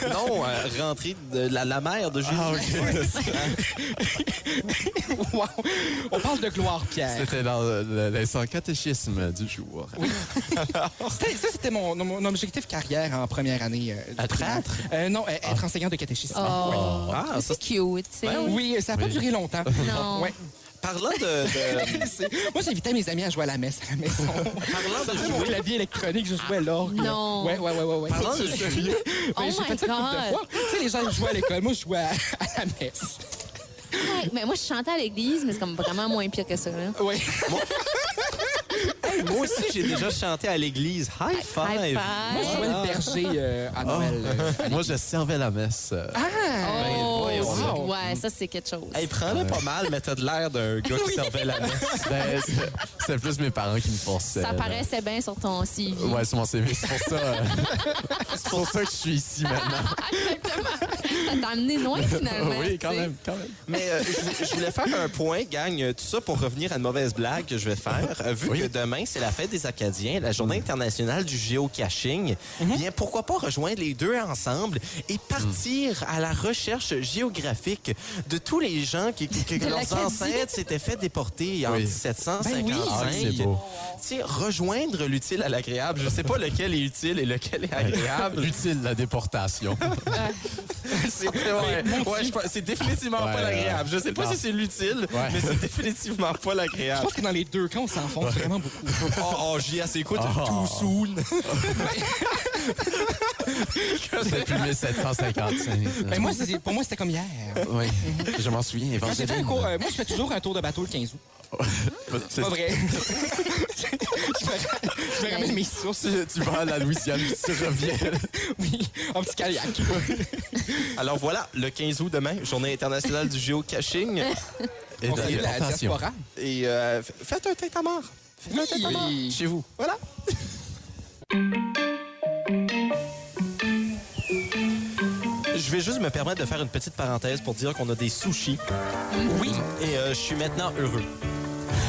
[SPEAKER 1] non, euh, rentrer de la, la mère de Jésus.
[SPEAKER 3] Wow. On parle de gloire, Pierre.
[SPEAKER 4] C'était dans le- le- l'instant catéchisme du jour.
[SPEAKER 3] C'était- Ça, c'était mon, mon objectif carrière en première année. euh, du
[SPEAKER 1] Être
[SPEAKER 3] primaire.
[SPEAKER 1] prêtre?
[SPEAKER 3] Euh, non, euh, être enseignant de catéchisme.
[SPEAKER 5] Oh,
[SPEAKER 1] Ah, ça,
[SPEAKER 5] c'est cute, tu sais.
[SPEAKER 3] Ouais. Oui, ça n'a pas
[SPEAKER 4] Oui.
[SPEAKER 3] duré longtemps.
[SPEAKER 5] Non.
[SPEAKER 3] Ouais.
[SPEAKER 1] Parlant de, de-
[SPEAKER 3] C'est- Moi, j'invitais mes amis à jouer à la messe à la maison.
[SPEAKER 1] parlant de
[SPEAKER 3] J'avais mon
[SPEAKER 1] jouer,
[SPEAKER 3] clavier électronique, je jouais à l'orgue.
[SPEAKER 5] Non.
[SPEAKER 3] Ouais, ouais, ouais, ouais. ouais.
[SPEAKER 1] parlant de sérieux,
[SPEAKER 5] Oh
[SPEAKER 3] Ben, j'ai
[SPEAKER 5] my
[SPEAKER 3] fait ça une couple de
[SPEAKER 5] God.
[SPEAKER 3] fois. Tu sais, les gens ils jouaient à l'école. Moi, je jouais à, à la messe.
[SPEAKER 5] Ouais, Mais moi, je chantais à l'église, mais c'est comme vraiment moins pire que ça. là.
[SPEAKER 3] Ouais.
[SPEAKER 1] hey, moi aussi, j'ai déjà chanté à l'église. High five!
[SPEAKER 5] High five.
[SPEAKER 3] Moi, je jouais le berger euh, à Noël. euh.
[SPEAKER 4] Moi, je servais la messe. euh,
[SPEAKER 5] Oh,
[SPEAKER 1] Ben,
[SPEAKER 3] voyons.
[SPEAKER 5] ouais, ça, c'est quelque chose.
[SPEAKER 1] Hey, prends-le pas mal, mais t'as de l'air d'un gars qui servait la messe.
[SPEAKER 4] ben, c'est- C'était plus mes parents qui me forçaient. là.
[SPEAKER 5] ça paraissait bien sur ton CV.
[SPEAKER 4] Euh,
[SPEAKER 1] Oh.
[SPEAKER 4] Ouais, c'est mon CV. C'est pour ça. euh, c'est pour ça que je suis ici maintenant.
[SPEAKER 5] Ça t'a amené loin, finalement.
[SPEAKER 4] oui, quand
[SPEAKER 5] tu sais.
[SPEAKER 4] même, quand même.
[SPEAKER 1] Mais euh, je vou- je voulais faire un point, gang, euh, tout ça pour revenir à une mauvaise blague que je vais faire. Euh, vu que demain, c'est la fête des Acadiens, la journée internationale du géocaching, eh bien, pourquoi pas rejoindre les deux ensemble et partir à la recherche géographique de tous les gens qui, qui- que
[SPEAKER 5] De
[SPEAKER 1] leurs
[SPEAKER 5] l'Acadie.
[SPEAKER 1] ancêtres s'étaient fait déporter en
[SPEAKER 4] Oui.
[SPEAKER 1] 1755.
[SPEAKER 3] Ben oui.
[SPEAKER 4] Ah, c'est
[SPEAKER 1] Tu
[SPEAKER 4] beau.
[SPEAKER 1] sais, rejoindre l'utile à l'agréable. Je sais pas lequel est utile et lequel est agréable.
[SPEAKER 4] Utile la déportation.
[SPEAKER 1] C'est ouais, ouais, je pense- c'est définitivement
[SPEAKER 4] Ouais,
[SPEAKER 1] pas
[SPEAKER 4] ouais.
[SPEAKER 1] l'agréable. Je sais pas
[SPEAKER 4] Non.
[SPEAKER 1] si c'est l'utile,
[SPEAKER 4] Ouais.
[SPEAKER 1] mais c'est définitivement pas
[SPEAKER 3] Je
[SPEAKER 1] l'agréable.
[SPEAKER 3] pense que dans les deux camps, on s'enfonce vraiment beaucoup.
[SPEAKER 1] Oh, oh j'y assez écoute
[SPEAKER 4] Oh.
[SPEAKER 1] too soon.
[SPEAKER 4] Depuis 1755.
[SPEAKER 3] Mais Ben, moi, c'est- pour moi, c'était comme hier.
[SPEAKER 4] Oui, je m'en souviens.
[SPEAKER 3] Quand j'ai fait un
[SPEAKER 4] Évangeline.
[SPEAKER 3] cours, euh, moi, je fais toujours un tour de bateau le 15 août.
[SPEAKER 4] C'est-
[SPEAKER 3] C'est pas vrai. je, me, ra- je me ramène mes sources.
[SPEAKER 4] tu, tu vas à la Louisiane, puis tu reviens.
[SPEAKER 3] Oui, en petit kayak.
[SPEAKER 1] Alors voilà, le 15 août demain, journée internationale du géocaching.
[SPEAKER 4] Et
[SPEAKER 3] On salue la
[SPEAKER 4] attention.
[SPEAKER 3] diaspora.
[SPEAKER 1] Et euh, f- faites un tête à mort. Faites un tête à mort.
[SPEAKER 3] Oui.
[SPEAKER 1] Chez vous. Voilà. Je vais juste me permettre de faire une petite parenthèse pour dire qu'on a des sushis
[SPEAKER 3] Oui.
[SPEAKER 1] et euh, je suis maintenant heureux.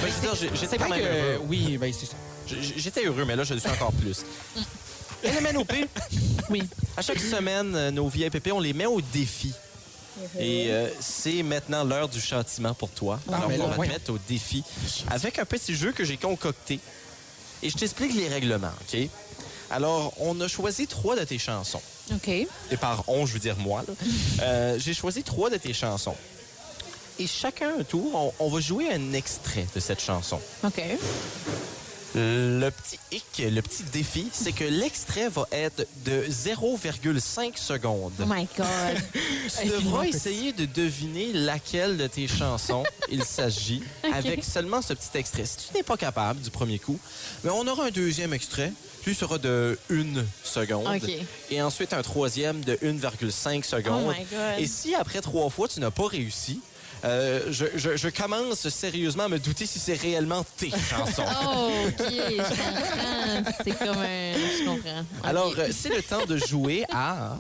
[SPEAKER 1] Ben, je veux dire, j'ai- j'étais
[SPEAKER 3] C'est
[SPEAKER 1] quand
[SPEAKER 3] vrai
[SPEAKER 1] même
[SPEAKER 3] que...
[SPEAKER 1] heureux.
[SPEAKER 3] oui, ben c'est ça.
[SPEAKER 1] J- J'étais heureux, mais là, je le suis encore plus. LMNOP,
[SPEAKER 5] Oui.
[SPEAKER 1] à chaque semaine, euh, nos vieilles pépés, on les met au défi.
[SPEAKER 3] Mm-hmm.
[SPEAKER 1] Et euh, c'est maintenant l'heure du châtiment pour toi. Alors,
[SPEAKER 3] Ah, mais
[SPEAKER 1] on
[SPEAKER 3] là,
[SPEAKER 1] va te
[SPEAKER 3] voyons.
[SPEAKER 1] mettre au défi avec un petit jeu que j'ai concocté. Et je t'explique les règlements, OK? Alors, on a choisi trois de tes chansons.
[SPEAKER 5] OK.
[SPEAKER 1] Et par on, je veux dire moi. là. Euh, j'ai choisi trois de tes chansons. Et chacun un tour, on- on va jouer un extrait de cette chanson.
[SPEAKER 5] OK.
[SPEAKER 1] Le petit hic, le petit défi, c'est que l'extrait va être de 0,5 secondes.
[SPEAKER 5] Oh my God.
[SPEAKER 1] tu devras essayer de deviner laquelle de tes chansons il s'agit avec seulement ce petit extrait. Si tu n'es pas capable du premier coup, mais on aura un deuxième extrait. Lui sera de 1 seconde.
[SPEAKER 5] OK.
[SPEAKER 1] Et ensuite un troisième de 1,5 secondes.
[SPEAKER 5] Oh my God.
[SPEAKER 1] Et si après trois fois, tu n'as pas réussi, euh, je, je- je commence sérieusement à me douter si c'est réellement tes chansons.
[SPEAKER 5] Oh, OK, je comprends. C'est comme un... Je comprends. OK.
[SPEAKER 1] Alors, euh, c'est le temps de jouer à...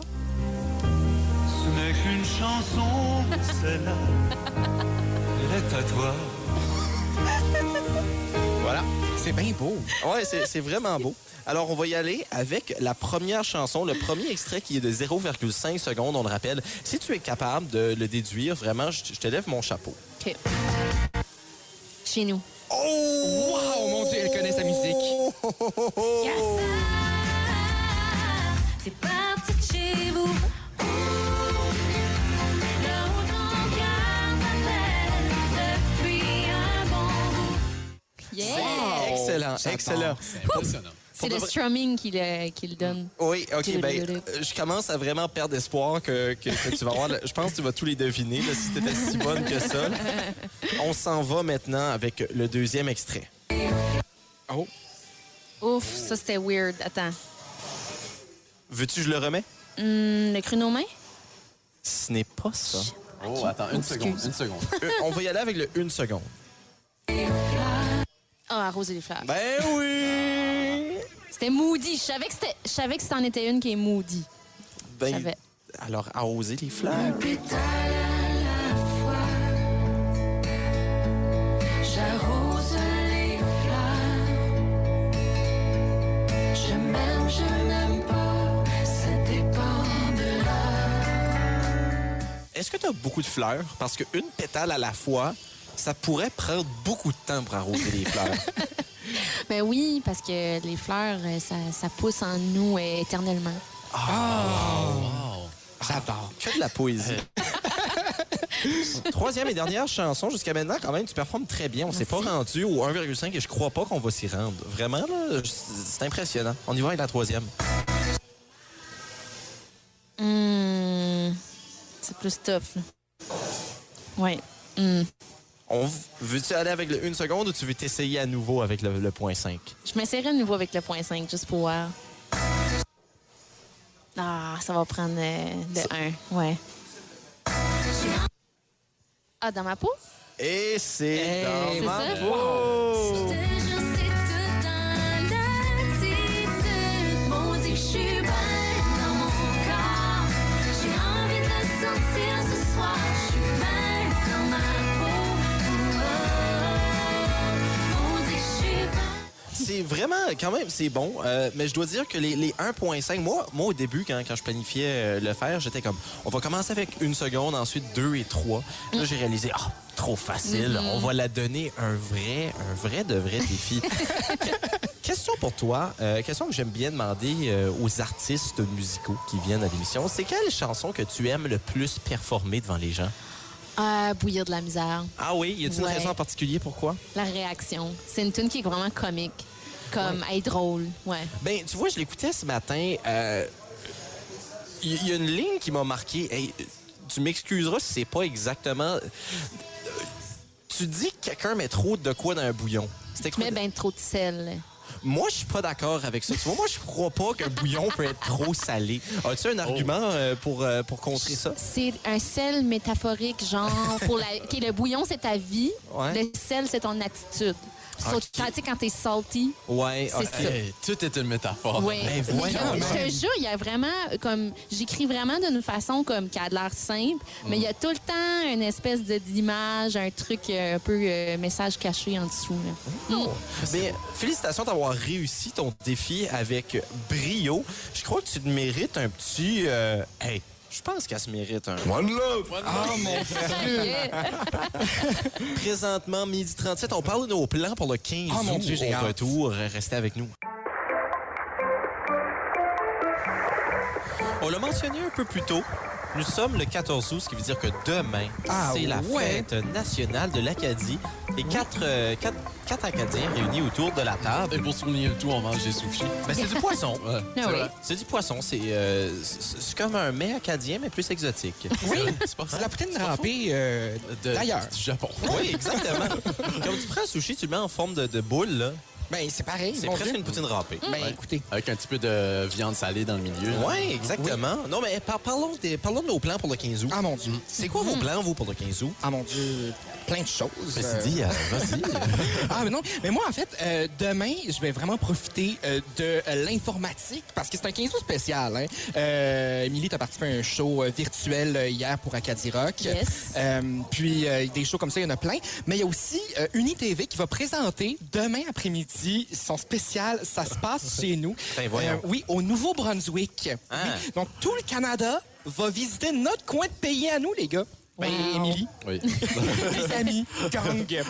[SPEAKER 9] Ce n'est qu'une chanson, celle-là. Elle est à toi.
[SPEAKER 1] Voilà.
[SPEAKER 3] C'est bien beau.
[SPEAKER 1] Ouais, c'est c'est vraiment beau. Alors, on va y aller avec la première chanson, le premier extrait qui est de 0,5 secondes, on le rappelle. Si tu es capable de le déduire, vraiment, je je te lève mon chapeau.
[SPEAKER 5] OK. Chez nous.
[SPEAKER 1] Oh!
[SPEAKER 3] Wow, mon Dieu, elle connaît sa musique.
[SPEAKER 6] C'est parti de chez vous. Ouh, là où ton cœur m'appelle depuis un bon bout.
[SPEAKER 5] Yeah!
[SPEAKER 1] Excellent, excellent.
[SPEAKER 4] C'est impressionnant.
[SPEAKER 5] C'est
[SPEAKER 1] de
[SPEAKER 5] le
[SPEAKER 1] vrai-
[SPEAKER 5] strumming qui le, qui le donne.
[SPEAKER 1] Oui, OK, ben,
[SPEAKER 5] Tudududu.
[SPEAKER 1] euh, je commence à vraiment perdre espoir que, que- que tu vas avoir. le- Je pense que tu vas tous les deviner, là, si t'étais si bonne que ça. On s'en va maintenant avec le deuxième extrait.
[SPEAKER 3] Oh.
[SPEAKER 5] Ouf, ça c'était weird. Attends.
[SPEAKER 1] Veux-tu que je le remets?
[SPEAKER 5] Hum, le chronomètre?
[SPEAKER 1] Ce n'est pas ça.
[SPEAKER 4] Oh, attends, une seconde, une seconde.
[SPEAKER 1] Euh, on va y aller avec le une seconde.
[SPEAKER 5] Ah, arroser les fleurs.
[SPEAKER 1] Ben oui!
[SPEAKER 5] C'était moody. Je savais que c'était- je savais que c'en était une qui est moody. Je
[SPEAKER 1] Ben,
[SPEAKER 5] savais.
[SPEAKER 1] alors, arroser les fleurs.
[SPEAKER 6] J'arrose les fleurs. Je m'aime, je n'aime pas. Ça dépend de l'heure.
[SPEAKER 1] Est-ce que tu as beaucoup de fleurs? Parce qu'une pétale à la fois, ça pourrait prendre beaucoup de temps pour arroser les fleurs.
[SPEAKER 5] Ben oui, parce que les fleurs, euh, ça, ça pousse en nous euh, éternellement.
[SPEAKER 3] J'adore.
[SPEAKER 1] que de la poésie. Troisième et dernière chanson. Jusqu'à maintenant, quand même, tu performes très bien. On s'est pas rendu au 1,5 et je crois pas qu'on va s'y rendre. Vraiment, là, c'est impressionnant. On y va avec la troisième.
[SPEAKER 5] Hum, C'est plus tough. là. Ouais. Hum.
[SPEAKER 1] On v- Veux-tu aller avec le 1 seconde ou tu veux t'essayer à nouveau avec le, le point 5?
[SPEAKER 5] Je m'essaierai de nouveau avec le point 5, juste pour voir. Ah, ça va prendre euh, le 1. Ouais. Ah, dans ma peau?
[SPEAKER 1] Et c'est dans
[SPEAKER 5] c'est
[SPEAKER 1] ma
[SPEAKER 5] ça?
[SPEAKER 1] peau.
[SPEAKER 6] Je sais tout un attitude. Maudit, je suis belle dans mon corps. J'ai envie de sortir ce soir. Je suis belle dans ma peau. Oh, oh. Maudit, je suis belle.
[SPEAKER 1] C'est vraiment, quand même, c'est bon. Euh, mais je dois dire que les, les 1.5, moi, moi, au début, quand, quand je planifiais euh, le faire, j'étais comme, on va commencer avec une seconde, ensuite deux et trois. Là, j'ai réalisé, ah, trop facile. On va la donner un vrai, un vrai de vrai défi. question pour toi, euh, question que j'aime bien demander euh, aux artistes musicaux qui viennent à l'émission. C'est quelle chanson que tu aimes le plus performer devant les gens?
[SPEAKER 5] Ah, bouillir de la misère.
[SPEAKER 1] Ah oui, y a-t-il une
[SPEAKER 5] Ouais.
[SPEAKER 1] raison en particulier pourquoi?
[SPEAKER 5] La réaction. C'est une tune qui est vraiment comique. Comme, elle est drôle. Ouais.
[SPEAKER 1] Ben, tu vois, je l'écoutais ce matin. euh, Il y a une ligne qui m'a marqué. Hey, tu m'excuseras si c'est pas exactement. euh, Tu dis que quelqu'un met trop de quoi dans un bouillon. C'était
[SPEAKER 5] Tu
[SPEAKER 1] quoi?
[SPEAKER 5] mets bien ben trop de sel.
[SPEAKER 1] Moi, je suis pas d'accord avec ça. Tu vois, moi, je crois pas qu'un bouillon peut être trop salé. As-tu
[SPEAKER 4] Oh.
[SPEAKER 1] un argument euh, pour, euh, pour contrer ça?
[SPEAKER 5] C'est un sel métaphorique, genre, pour la... qui est le bouillon, c'est ta vie.
[SPEAKER 1] Ouais.
[SPEAKER 5] Le sel, c'est ton attitude. Sauf
[SPEAKER 4] Ok.
[SPEAKER 5] quand- tu sais, quand t'es salty,
[SPEAKER 1] Ouais.
[SPEAKER 5] c'est ça.
[SPEAKER 4] Hey, tout est une métaphore.
[SPEAKER 5] Oui.
[SPEAKER 1] ben
[SPEAKER 5] Mais
[SPEAKER 1] voyons
[SPEAKER 5] je- je te jure, il y a vraiment comme j'écris vraiment d'une façon comme qui a de l'air simple, mais il y a tout le temps une espèce de d'image, un truc euh, un peu euh, message caché en dessous. là. Mm.
[SPEAKER 1] Mais félicitations d'avoir réussi ton défi avec brio. Je crois que tu te mérites un petit. euh, hey, je pense qu'elle se mérite un.
[SPEAKER 2] One love!
[SPEAKER 3] Oh, mon Dieu.
[SPEAKER 5] Yeah.
[SPEAKER 1] Présentement, midi 37, on parle de nos plans pour le 15
[SPEAKER 3] Oh, mon
[SPEAKER 1] août.
[SPEAKER 3] Dieu, j'ai
[SPEAKER 1] Au
[SPEAKER 3] hâte.
[SPEAKER 1] retour, restez avec nous. On l'a mentionné un peu plus tôt. Nous sommes le 14 août, ce qui veut dire que demain,
[SPEAKER 3] Ah,
[SPEAKER 1] c'est la
[SPEAKER 3] ouais.
[SPEAKER 1] fête nationale de l'Acadie. Et quatre, euh, quatre, quatre Acadiens réunis autour de la table.
[SPEAKER 4] Et pour souligner le tout, on mange des sushis.
[SPEAKER 1] Ben, c'est du poisson.
[SPEAKER 4] Ouais.
[SPEAKER 5] Ah oui.
[SPEAKER 1] C'est du poisson. C'est euh, c'est- c'est comme un mets acadien, mais plus exotique.
[SPEAKER 3] Oui,
[SPEAKER 4] C'est pas
[SPEAKER 3] c'est la poutine râpée euh,
[SPEAKER 4] De-
[SPEAKER 3] d'ailleurs.
[SPEAKER 4] Du Japon.
[SPEAKER 1] Oui, exactement. Comme tu prends un sushi, tu le mets en forme de, de boule. là.
[SPEAKER 3] Ben, c'est pareil.
[SPEAKER 1] C'est
[SPEAKER 3] mon
[SPEAKER 1] presque
[SPEAKER 3] Dieu.
[SPEAKER 1] une poutine râpée.
[SPEAKER 3] Ben, écoutez.
[SPEAKER 4] Avec un petit peu de viande salée dans le milieu. là.
[SPEAKER 1] Oui, exactement. Non, mais eh, par- parlons, des- parlons de nos plans pour le 15 août.
[SPEAKER 3] Ah, mon Dieu.
[SPEAKER 1] C'est quoi vos plans, vous, pour le 15 août?
[SPEAKER 3] Ah, mon Dieu. Plein de choses.
[SPEAKER 1] Ceci
[SPEAKER 3] euh,
[SPEAKER 1] dit, euh, vas-y.
[SPEAKER 3] Ah, mais non. Mais moi, en fait, euh, demain, je vais vraiment profiter euh, de euh, l'informatique parce que c'est un 15 août spécial. Hein. Euh, Émilie, t'as participé à un show euh, virtuel euh, hier pour Acadie Rock.
[SPEAKER 5] Yes.
[SPEAKER 3] Euh, puis, euh, des shows comme ça, il y en a plein. Mais il y a aussi euh, UniTV qui va présenter demain après-midi son spécial Ça se passe chez nous. Euh,
[SPEAKER 1] Ben, voyons.
[SPEAKER 3] oui, au Nouveau-Brunswick.
[SPEAKER 1] Ah.
[SPEAKER 3] Oui. Donc, tout le Canada va visiter notre coin de pays à nous, les gars. Ben,
[SPEAKER 5] Wow.
[SPEAKER 3] Émilie,
[SPEAKER 4] Oui.
[SPEAKER 3] les amis, gang.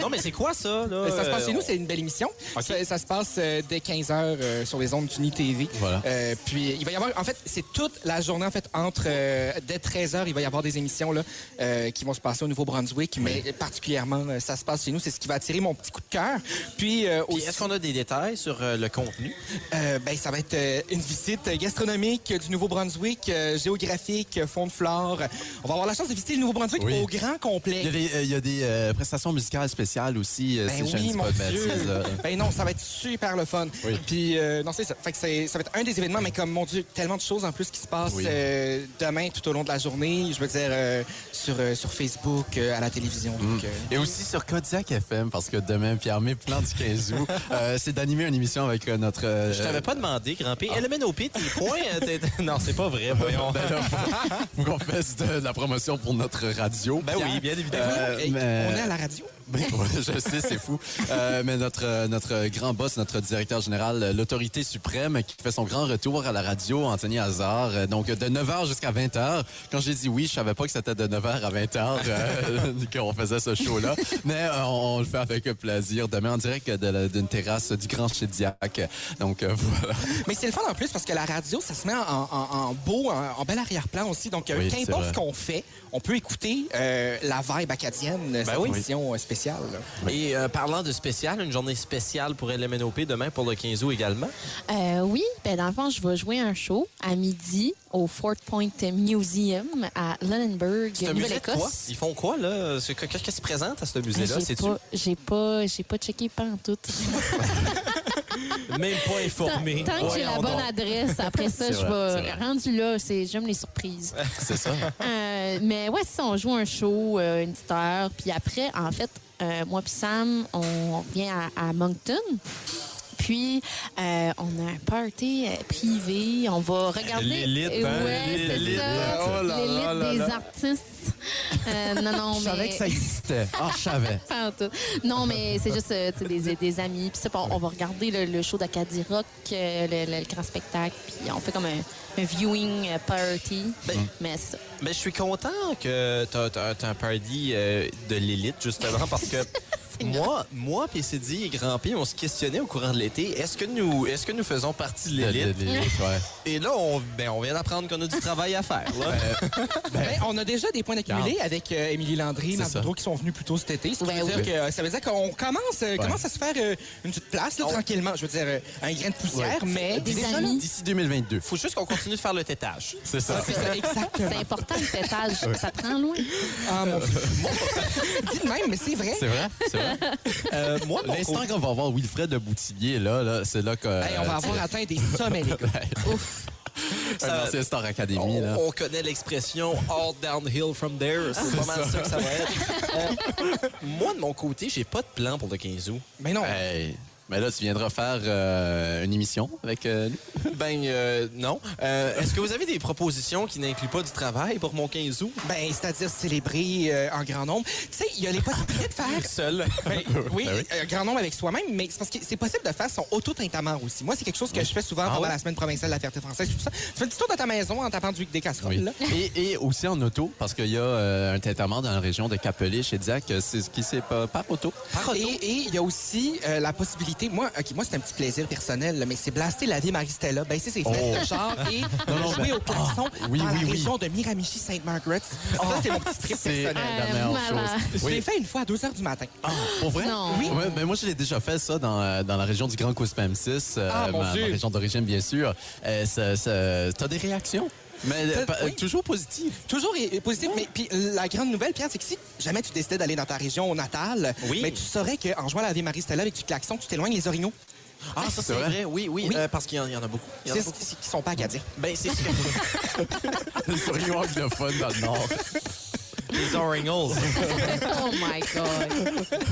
[SPEAKER 1] Non, mais c'est quoi ça, là?
[SPEAKER 3] Euh, Ça se passe chez
[SPEAKER 1] Euh,
[SPEAKER 3] nous, c'est une belle émission.
[SPEAKER 1] Ok.
[SPEAKER 3] Ça, ça se passe euh, dès 15h sur les ondes d'Uni TV.
[SPEAKER 4] Voilà.
[SPEAKER 3] Euh, puis il va y avoir, en fait, c'est toute la journée, en fait, entre, euh, dès 13h, il va y avoir des émissions là, euh, qui vont se passer au Nouveau-Brunswick, mais particulièrement, euh, ça se passe chez nous. C'est ce qui va attirer mon petit coup de cœur. Puis, euh,
[SPEAKER 1] Puis
[SPEAKER 3] aussi,
[SPEAKER 1] est-ce qu'on a des détails sur euh, le contenu?
[SPEAKER 3] euh, ben, ça va être euh, une visite gastronomique du Nouveau-Brunswick, euh, géographique, fond de flore. On va avoir la chance de visiter le Nouveau-Brunswick
[SPEAKER 4] Oui.
[SPEAKER 3] au grand complet.
[SPEAKER 4] Il y a des, euh, il y a des, euh, prestations musicales spéciales aussi, euh, si
[SPEAKER 3] Ben
[SPEAKER 4] je ne
[SPEAKER 3] oui,
[SPEAKER 4] dis
[SPEAKER 3] mon
[SPEAKER 4] pas de
[SPEAKER 3] Dieu.
[SPEAKER 4] bêtises. euh.
[SPEAKER 3] Ben non, ça va être super le fun.
[SPEAKER 4] Oui.
[SPEAKER 3] Puis euh, non, c'est ça. Fait que c'est- ça va être un des événements, mais comme mon Dieu, tellement de choses en plus qui se passent
[SPEAKER 4] Oui.
[SPEAKER 3] euh, demain tout au long de la journée. Je veux dire euh, sur euh, sur Facebook, euh, à la télévision.
[SPEAKER 4] Mm.
[SPEAKER 3] donc, euh,
[SPEAKER 4] Et aussi sur Kodiak FM, parce que demain, Pierre-Mé, plan du 15 août, euh, c'est d'animer une émission avec euh, notre... euh,
[SPEAKER 1] Je t'avais pas demandé, grand P.
[SPEAKER 3] ah.
[SPEAKER 1] LMNOP, tes points. euh, t'es- t'es- Non, c'est pas vrai, voyons.
[SPEAKER 4] Ben là, faut- faut qu'on fasse de la promotion pour notre radio.
[SPEAKER 1] Ben oui, bien évidemment.
[SPEAKER 4] Euh,
[SPEAKER 3] hey,
[SPEAKER 4] mais-
[SPEAKER 3] On est à la radio.
[SPEAKER 4] Ben, ouais, je sais, c'est fou. Euh, mais notre, euh, notre grand boss, notre directeur général, euh, l'autorité suprême, qui fait son grand retour à la radio, Anthony Hazard, euh, donc de 9h jusqu'à 20h. Quand j'ai dit oui, je savais pas que c'était de 9h à 20h euh, qu'on faisait ce show-là. Mais euh, on, on le fait avec plaisir. Demain, en direct de la- d'une terrasse du Grand Chédiac. Donc euh, voilà.
[SPEAKER 3] Mais c'est le fun en plus parce que la radio, ça se met en, en- en beau, en, en bel arrière-plan aussi. Donc, euh,
[SPEAKER 4] Oui, c'est
[SPEAKER 3] qu'importe
[SPEAKER 4] vrai.
[SPEAKER 3] ce qu'on fait, on peut écouter euh, la vibe acadienne,
[SPEAKER 4] Ben
[SPEAKER 3] cette
[SPEAKER 1] oui.
[SPEAKER 3] émission euh, spéciale. là.
[SPEAKER 1] Et euh, parlant de spécial, une journée spéciale pour LMNOP demain pour le 15 août également.
[SPEAKER 5] Euh, oui, ben dans le fond, je vais jouer un show à midi au Fort Point Museum à Lunenburg,
[SPEAKER 1] C'est un musée de quoi?
[SPEAKER 5] Nouvelle-Écosse.
[SPEAKER 1] Ils font quoi, là? C'est- Qu'est-ce qui se présente à ce musée-là?
[SPEAKER 5] Ah, J'ai
[SPEAKER 1] C'est-tu
[SPEAKER 5] pas, j'ai pas, j'ai pas checké pas en tout.
[SPEAKER 1] même pas informé?
[SPEAKER 5] Tant que j'ai la
[SPEAKER 1] Voyons
[SPEAKER 5] bonne
[SPEAKER 1] donc.
[SPEAKER 5] adresse, après ça,
[SPEAKER 4] C'est
[SPEAKER 5] je
[SPEAKER 4] vrai, c'est
[SPEAKER 5] vais
[SPEAKER 4] vrai.
[SPEAKER 5] rendu là. C'est j'aime les surprises.
[SPEAKER 4] C'est ça.
[SPEAKER 5] Euh, mais ouais, si on joue un show, euh, une petite heure, puis après, en fait, euh, moi puis Sam, on vient à, à Moncton. Puis, euh, on a un party euh, privé. On va regarder.
[SPEAKER 1] L'élite,
[SPEAKER 5] Euh,
[SPEAKER 1] hein,
[SPEAKER 5] ouais, c'est
[SPEAKER 1] l'élite.
[SPEAKER 5] ça.
[SPEAKER 4] Oh là là là
[SPEAKER 5] L'élite des
[SPEAKER 4] là.
[SPEAKER 5] artistes. Euh, non, non, mais.
[SPEAKER 4] Je savais que ça existait. Ah, je savais.
[SPEAKER 5] Pas en tout. Non, mais c'est juste euh, tu sais, des, des amis. Puis ça, puis on, on va regarder le, le show d'Acadie Rock, euh, le, le- le grand spectacle. Puis on fait comme un, un viewing euh, party.
[SPEAKER 4] Ben,
[SPEAKER 5] mais c'est ça.
[SPEAKER 1] Mais je suis content que t'as t'as- t'as un party euh, de l'élite, justement, parce que moi, moi, PCD et Grand P, on se questionnait au courant de l'été, est-ce que, est que nous faisons partie de l'élite?
[SPEAKER 4] ouais.
[SPEAKER 1] Et là, on, ben, on vient d'apprendre qu'on a du travail à faire. là.
[SPEAKER 3] Ben, on a déjà des points d'accumulé avec euh, Émilie Landry,
[SPEAKER 4] C'est
[SPEAKER 3] Marc
[SPEAKER 4] ça.
[SPEAKER 3] Boudreau qui sont venus plus tôt cet été. Ce qui
[SPEAKER 5] Ouais,
[SPEAKER 3] veut
[SPEAKER 5] Ben oui.
[SPEAKER 3] dire que, euh, ça veut dire qu'on commence, euh, commence à se faire euh, une petite place là, tranquillement. Je veux dire, euh, un grain de poussière, mais
[SPEAKER 5] Des
[SPEAKER 3] déjà,
[SPEAKER 5] amis.
[SPEAKER 4] D'ici 2022.
[SPEAKER 1] Faut juste qu'on continue de faire le tétage.
[SPEAKER 4] C'est ça.
[SPEAKER 3] Ah, c'est ça,
[SPEAKER 5] C'est
[SPEAKER 3] exactement.
[SPEAKER 5] important le pétage. Ça prend loin.
[SPEAKER 3] Ah, mon Dieu. Dis de même, mais c'est vrai.
[SPEAKER 4] C'est vrai? C'est vrai?
[SPEAKER 1] Euh, moi, mon
[SPEAKER 4] L'instant qu'on va avoir Wilfred de Boutillier, là, là c'est là que. euh,
[SPEAKER 3] Hey, on va avoir atteint des sommets, les gars.
[SPEAKER 4] un ancien Star Academy, là.
[SPEAKER 1] Oh, On, on connaît l'expression all downhill from there. Ah, C'est pas mal ça que ça va être. Euh, moi, de mon côté, j'ai pas de plan pour le 15 août.
[SPEAKER 3] Mais non.
[SPEAKER 4] Hey. Mais là, tu viendras faire euh, une émission avec euh, nous.
[SPEAKER 1] Ben, euh, non. Euh, Est-ce que vous avez des propositions qui n'incluent pas du travail pour mon 15 août?
[SPEAKER 3] Ben, c'est-à-dire célébrer euh, en grand nombre. Tu sais, il y a les possibilités de faire
[SPEAKER 1] Seul.
[SPEAKER 3] Ben, oui,
[SPEAKER 4] Ben oui.
[SPEAKER 3] euh, grand nombre avec soi-même, mais c'est parce que c'est possible de faire son auto-tintamarre aussi. Moi, c'est quelque chose que je fais souvent
[SPEAKER 4] Ah
[SPEAKER 3] pendant la semaine provinciale de la Ferté française, tout ça. Tu fais le petit tour de ta maison en tapant du des casseroles,
[SPEAKER 4] Oui.
[SPEAKER 3] Ah, là.
[SPEAKER 4] Et, et aussi en auto, parce qu'il y a euh, un tintamarre dans la région de Capelé chez Diac, euh, c'est ce qui s'est pas par auto.
[SPEAKER 3] Et et il y a aussi euh, la possibilité, moi, ok, moi c'est un petit plaisir personnel, là, mais c'est blaster la vie Maristella, Ben, baisser ses fenêtres de char et
[SPEAKER 4] Oh. non,
[SPEAKER 3] jouer
[SPEAKER 4] ben,
[SPEAKER 3] au poisson
[SPEAKER 4] ah, oui,
[SPEAKER 3] dans
[SPEAKER 4] oui,
[SPEAKER 3] la
[SPEAKER 4] oui.
[SPEAKER 3] région de Miramichi Sainte Margaret. Ça, c'est mon petit trip
[SPEAKER 4] C'est la
[SPEAKER 3] personnel.
[SPEAKER 4] dernière
[SPEAKER 5] Euh, voilà.
[SPEAKER 4] chose.
[SPEAKER 3] Je l'ai
[SPEAKER 4] Oui.
[SPEAKER 3] fait une fois à 2 h du matin.
[SPEAKER 4] Ah, pour vrai?
[SPEAKER 5] Non. Oui.
[SPEAKER 4] Ouais, mais moi, je l'ai déjà fait, ça, dans, euh, dans la région du Grand Couspam 6, euh,
[SPEAKER 3] Ah, mon
[SPEAKER 4] ma,
[SPEAKER 3] Dieu.
[SPEAKER 4] ma région d'origine, bien sûr. Euh, ça- ça- T'as des réactions, mais euh,
[SPEAKER 3] T'as-
[SPEAKER 4] pa-
[SPEAKER 3] oui.
[SPEAKER 4] toujours positives.
[SPEAKER 3] Toujours est- est positif, mais puis euh, la grande nouvelle, Pierre, c'est que si jamais tu décidais d'aller dans ta région natale,
[SPEAKER 1] Oui.
[SPEAKER 3] mais tu saurais qu'en jouant à la vie Marie-Stella avec du klaxon, tu t'éloignes les orignaux.
[SPEAKER 1] Ah, ça, c'est
[SPEAKER 4] C'est vrai?
[SPEAKER 1] vrai. Oui, oui.
[SPEAKER 3] Oui.
[SPEAKER 1] euh, parce qu'il y, en- il y en a beaucoup. Il y en a
[SPEAKER 3] C'est ce
[SPEAKER 1] beaucoup.
[SPEAKER 3] qui qui sont pas acadiens.
[SPEAKER 1] Ben, c'est sûr.
[SPEAKER 4] Sur les anglophones dans le Nord.
[SPEAKER 1] Les Oringles.
[SPEAKER 5] Oh my God.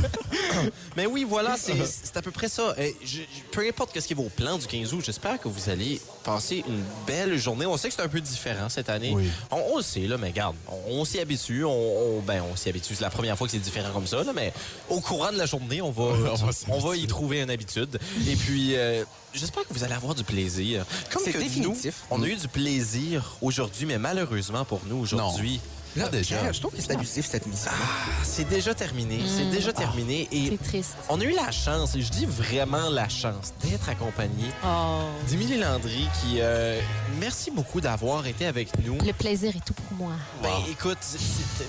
[SPEAKER 1] Mais oui, voilà, c'est c'est à peu près ça. Et je- je- peu importe quest ce qui est vos plans du 15 août, j'espère que vous allez passer une belle journée. On sait que c'est un peu différent cette année.
[SPEAKER 4] Oui.
[SPEAKER 1] On, on le sait, là, mais regarde, on, on s'y habitue. On, on- ben, on s'y habitue. C'est la première fois que c'est différent comme ça, là, mais au courant de la journée, on va,
[SPEAKER 4] On va s'habituer.
[SPEAKER 1] on va y trouver une habitude. Et puis, euh, j'espère que vous allez avoir du plaisir. Comme
[SPEAKER 3] C'est
[SPEAKER 1] que
[SPEAKER 3] définitif.
[SPEAKER 1] nous, on a eu du plaisir aujourd'hui, mais malheureusement pour nous, aujourd'hui,
[SPEAKER 4] Là, déjà.
[SPEAKER 3] Pierre, je trouve que c'est abusif, cette mission.
[SPEAKER 1] Ah, C'est déjà terminé. C'est déjà terminé. Et
[SPEAKER 5] Mm. Ah, C'est triste.
[SPEAKER 1] on a eu la chance, et je dis vraiment la chance, d'être accompagné
[SPEAKER 5] Oh.
[SPEAKER 1] d'Émilie Landry qui, euh, merci beaucoup d'avoir été avec nous.
[SPEAKER 5] Le plaisir est tout pour moi.
[SPEAKER 1] Ben, écoute, c'est-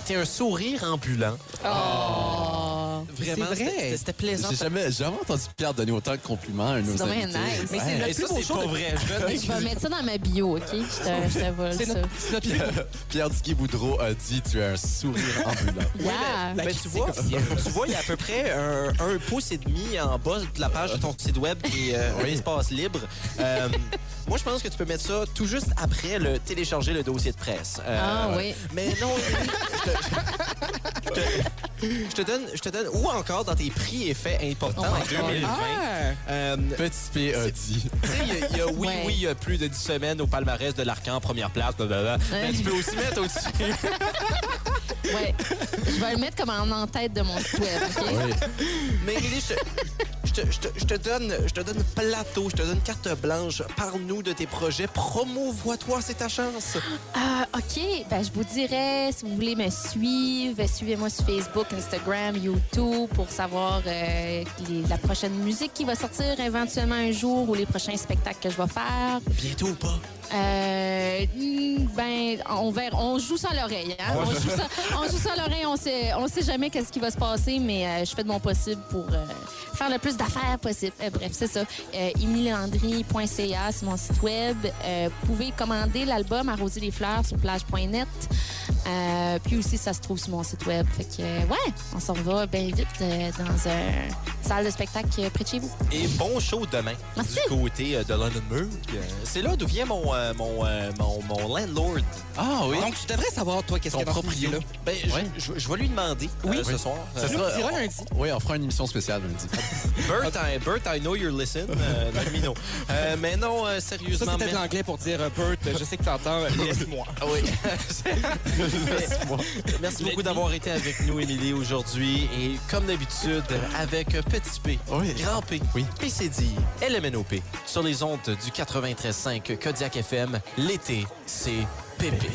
[SPEAKER 1] t'es un sourire ambulant.
[SPEAKER 5] Oh.
[SPEAKER 1] Vraiment,
[SPEAKER 3] C'est vrai.
[SPEAKER 1] c'était- c'était plaisant.
[SPEAKER 4] J'ai jamais, jamais entendu Pierre donner autant de compliments à un de
[SPEAKER 5] C'est
[SPEAKER 4] nos
[SPEAKER 5] dommage
[SPEAKER 4] invités.
[SPEAKER 5] nice.
[SPEAKER 3] Mais c'est
[SPEAKER 1] Et
[SPEAKER 3] notre
[SPEAKER 1] ça,
[SPEAKER 3] plus beau
[SPEAKER 1] c'est
[SPEAKER 3] jour
[SPEAKER 1] pas
[SPEAKER 3] de-
[SPEAKER 1] vrai. Je donne-
[SPEAKER 5] Je vais mettre ça dans ma bio, OK? Je te, je te vole
[SPEAKER 3] C'est
[SPEAKER 5] ça.
[SPEAKER 3] notre, c'est notre plus beau
[SPEAKER 4] Pierre- Pierre Dicky Boudreau a dit Tu as un sourire ambulant.
[SPEAKER 5] Yeah.
[SPEAKER 3] La
[SPEAKER 1] Ben, tu
[SPEAKER 3] critique
[SPEAKER 1] vois,
[SPEAKER 3] officielle.
[SPEAKER 1] tu vois, il y a à peu près un, un pouce et demi en bas de la page de ton site web qui est euh, un espace libre. Euh, moi, je pense que tu peux mettre ça tout juste après le télécharger le dossier de presse. Euh,
[SPEAKER 5] Ah oui.
[SPEAKER 1] Mais non, Émilie, je te, je te- je te donne, je te donne, ou encore dans tes prix et faits importants
[SPEAKER 5] Oh my
[SPEAKER 1] en 2020.
[SPEAKER 3] Ah!
[SPEAKER 1] Euh,
[SPEAKER 4] Petit P a dit
[SPEAKER 1] tu sais, il y a- il y a oui,
[SPEAKER 5] Ouais.
[SPEAKER 1] oui, il y a plus de 10 semaines au palmarès de l'Arcan, première place, blablabla. Mais tu peux aussi mettre au-dessus.
[SPEAKER 5] Ouais. Je vais le mettre comme en en-tête de mon site web, OK?
[SPEAKER 4] Oui.
[SPEAKER 1] Mais Émilie, je te- je te, je te- je te donne, je te donne plateau, je te donne carte blanche. Parle-nous de tes projets. Promouvois-toi, c'est ta chance.
[SPEAKER 5] Ah, OK. Ben, je vous dirais, si vous voulez me suivre, suivez-moi sur Facebook, Instagram, YouTube pour savoir euh, les- la prochaine musique qui va sortir éventuellement un jour ou les prochains spectacles que je vais faire.
[SPEAKER 1] Bientôt ou pas?
[SPEAKER 5] Euh, hmm, ben, on verra. On joue ça à l'oreille. Hein? On, joue ça, on joue ça à l'oreille. On sait, on sait jamais qu'est-ce qui va se passer, mais euh, je fais de mon possible pour euh, faire le plus d'affaires possible. Euh, bref, c'est ça. Euh, emililandry.ca, c'est mon site web. Euh, vous pouvez commander l'album Arroser les fleurs sur plage.net. Euh, puis aussi, ça se trouve sur mon site web. Fait que, euh, ouais, on s'en va bien vite euh, dans une salle de spectacle euh, près de chez vous.
[SPEAKER 1] Et bon show demain
[SPEAKER 5] Merci.
[SPEAKER 1] du côté euh, de Londonburg. Euh, C'est là d'où vient mon, euh, mon, euh, mon, mon landlord.
[SPEAKER 4] Ah oui.
[SPEAKER 3] Donc, tu devrais savoir, toi, qu'est-ce qu'il
[SPEAKER 1] Ton
[SPEAKER 3] y a dans cette
[SPEAKER 1] proprio.
[SPEAKER 3] là
[SPEAKER 1] Ben, je-
[SPEAKER 4] Ouais.
[SPEAKER 1] je, je vais lui demander euh,
[SPEAKER 3] Oui.
[SPEAKER 1] ce soir.
[SPEAKER 4] Ça
[SPEAKER 1] Euh,
[SPEAKER 4] sera-
[SPEAKER 3] dira lundi.
[SPEAKER 4] Oui, on fera une émission spéciale lundi.
[SPEAKER 1] Bert, I, Bert, I know you're listening. Euh, dans le minot. Euh, mais non, euh,
[SPEAKER 3] Ça,
[SPEAKER 1] sérieusement.
[SPEAKER 3] c'était de
[SPEAKER 1] mais-
[SPEAKER 3] l'anglais pour dire, euh, Bert, je sais que t'entends, euh, laisse-moi.
[SPEAKER 1] Ah oui. Merci beaucoup d'avoir été avec nous, Émilie, aujourd'hui. Et comme d'habitude, avec Petit P,
[SPEAKER 4] Oui.
[SPEAKER 1] Grand P,
[SPEAKER 4] Oui.
[SPEAKER 1] PCD, LMNOP, sur les ondes du 93.5 Kodiak FM, l'été, c'est pépé.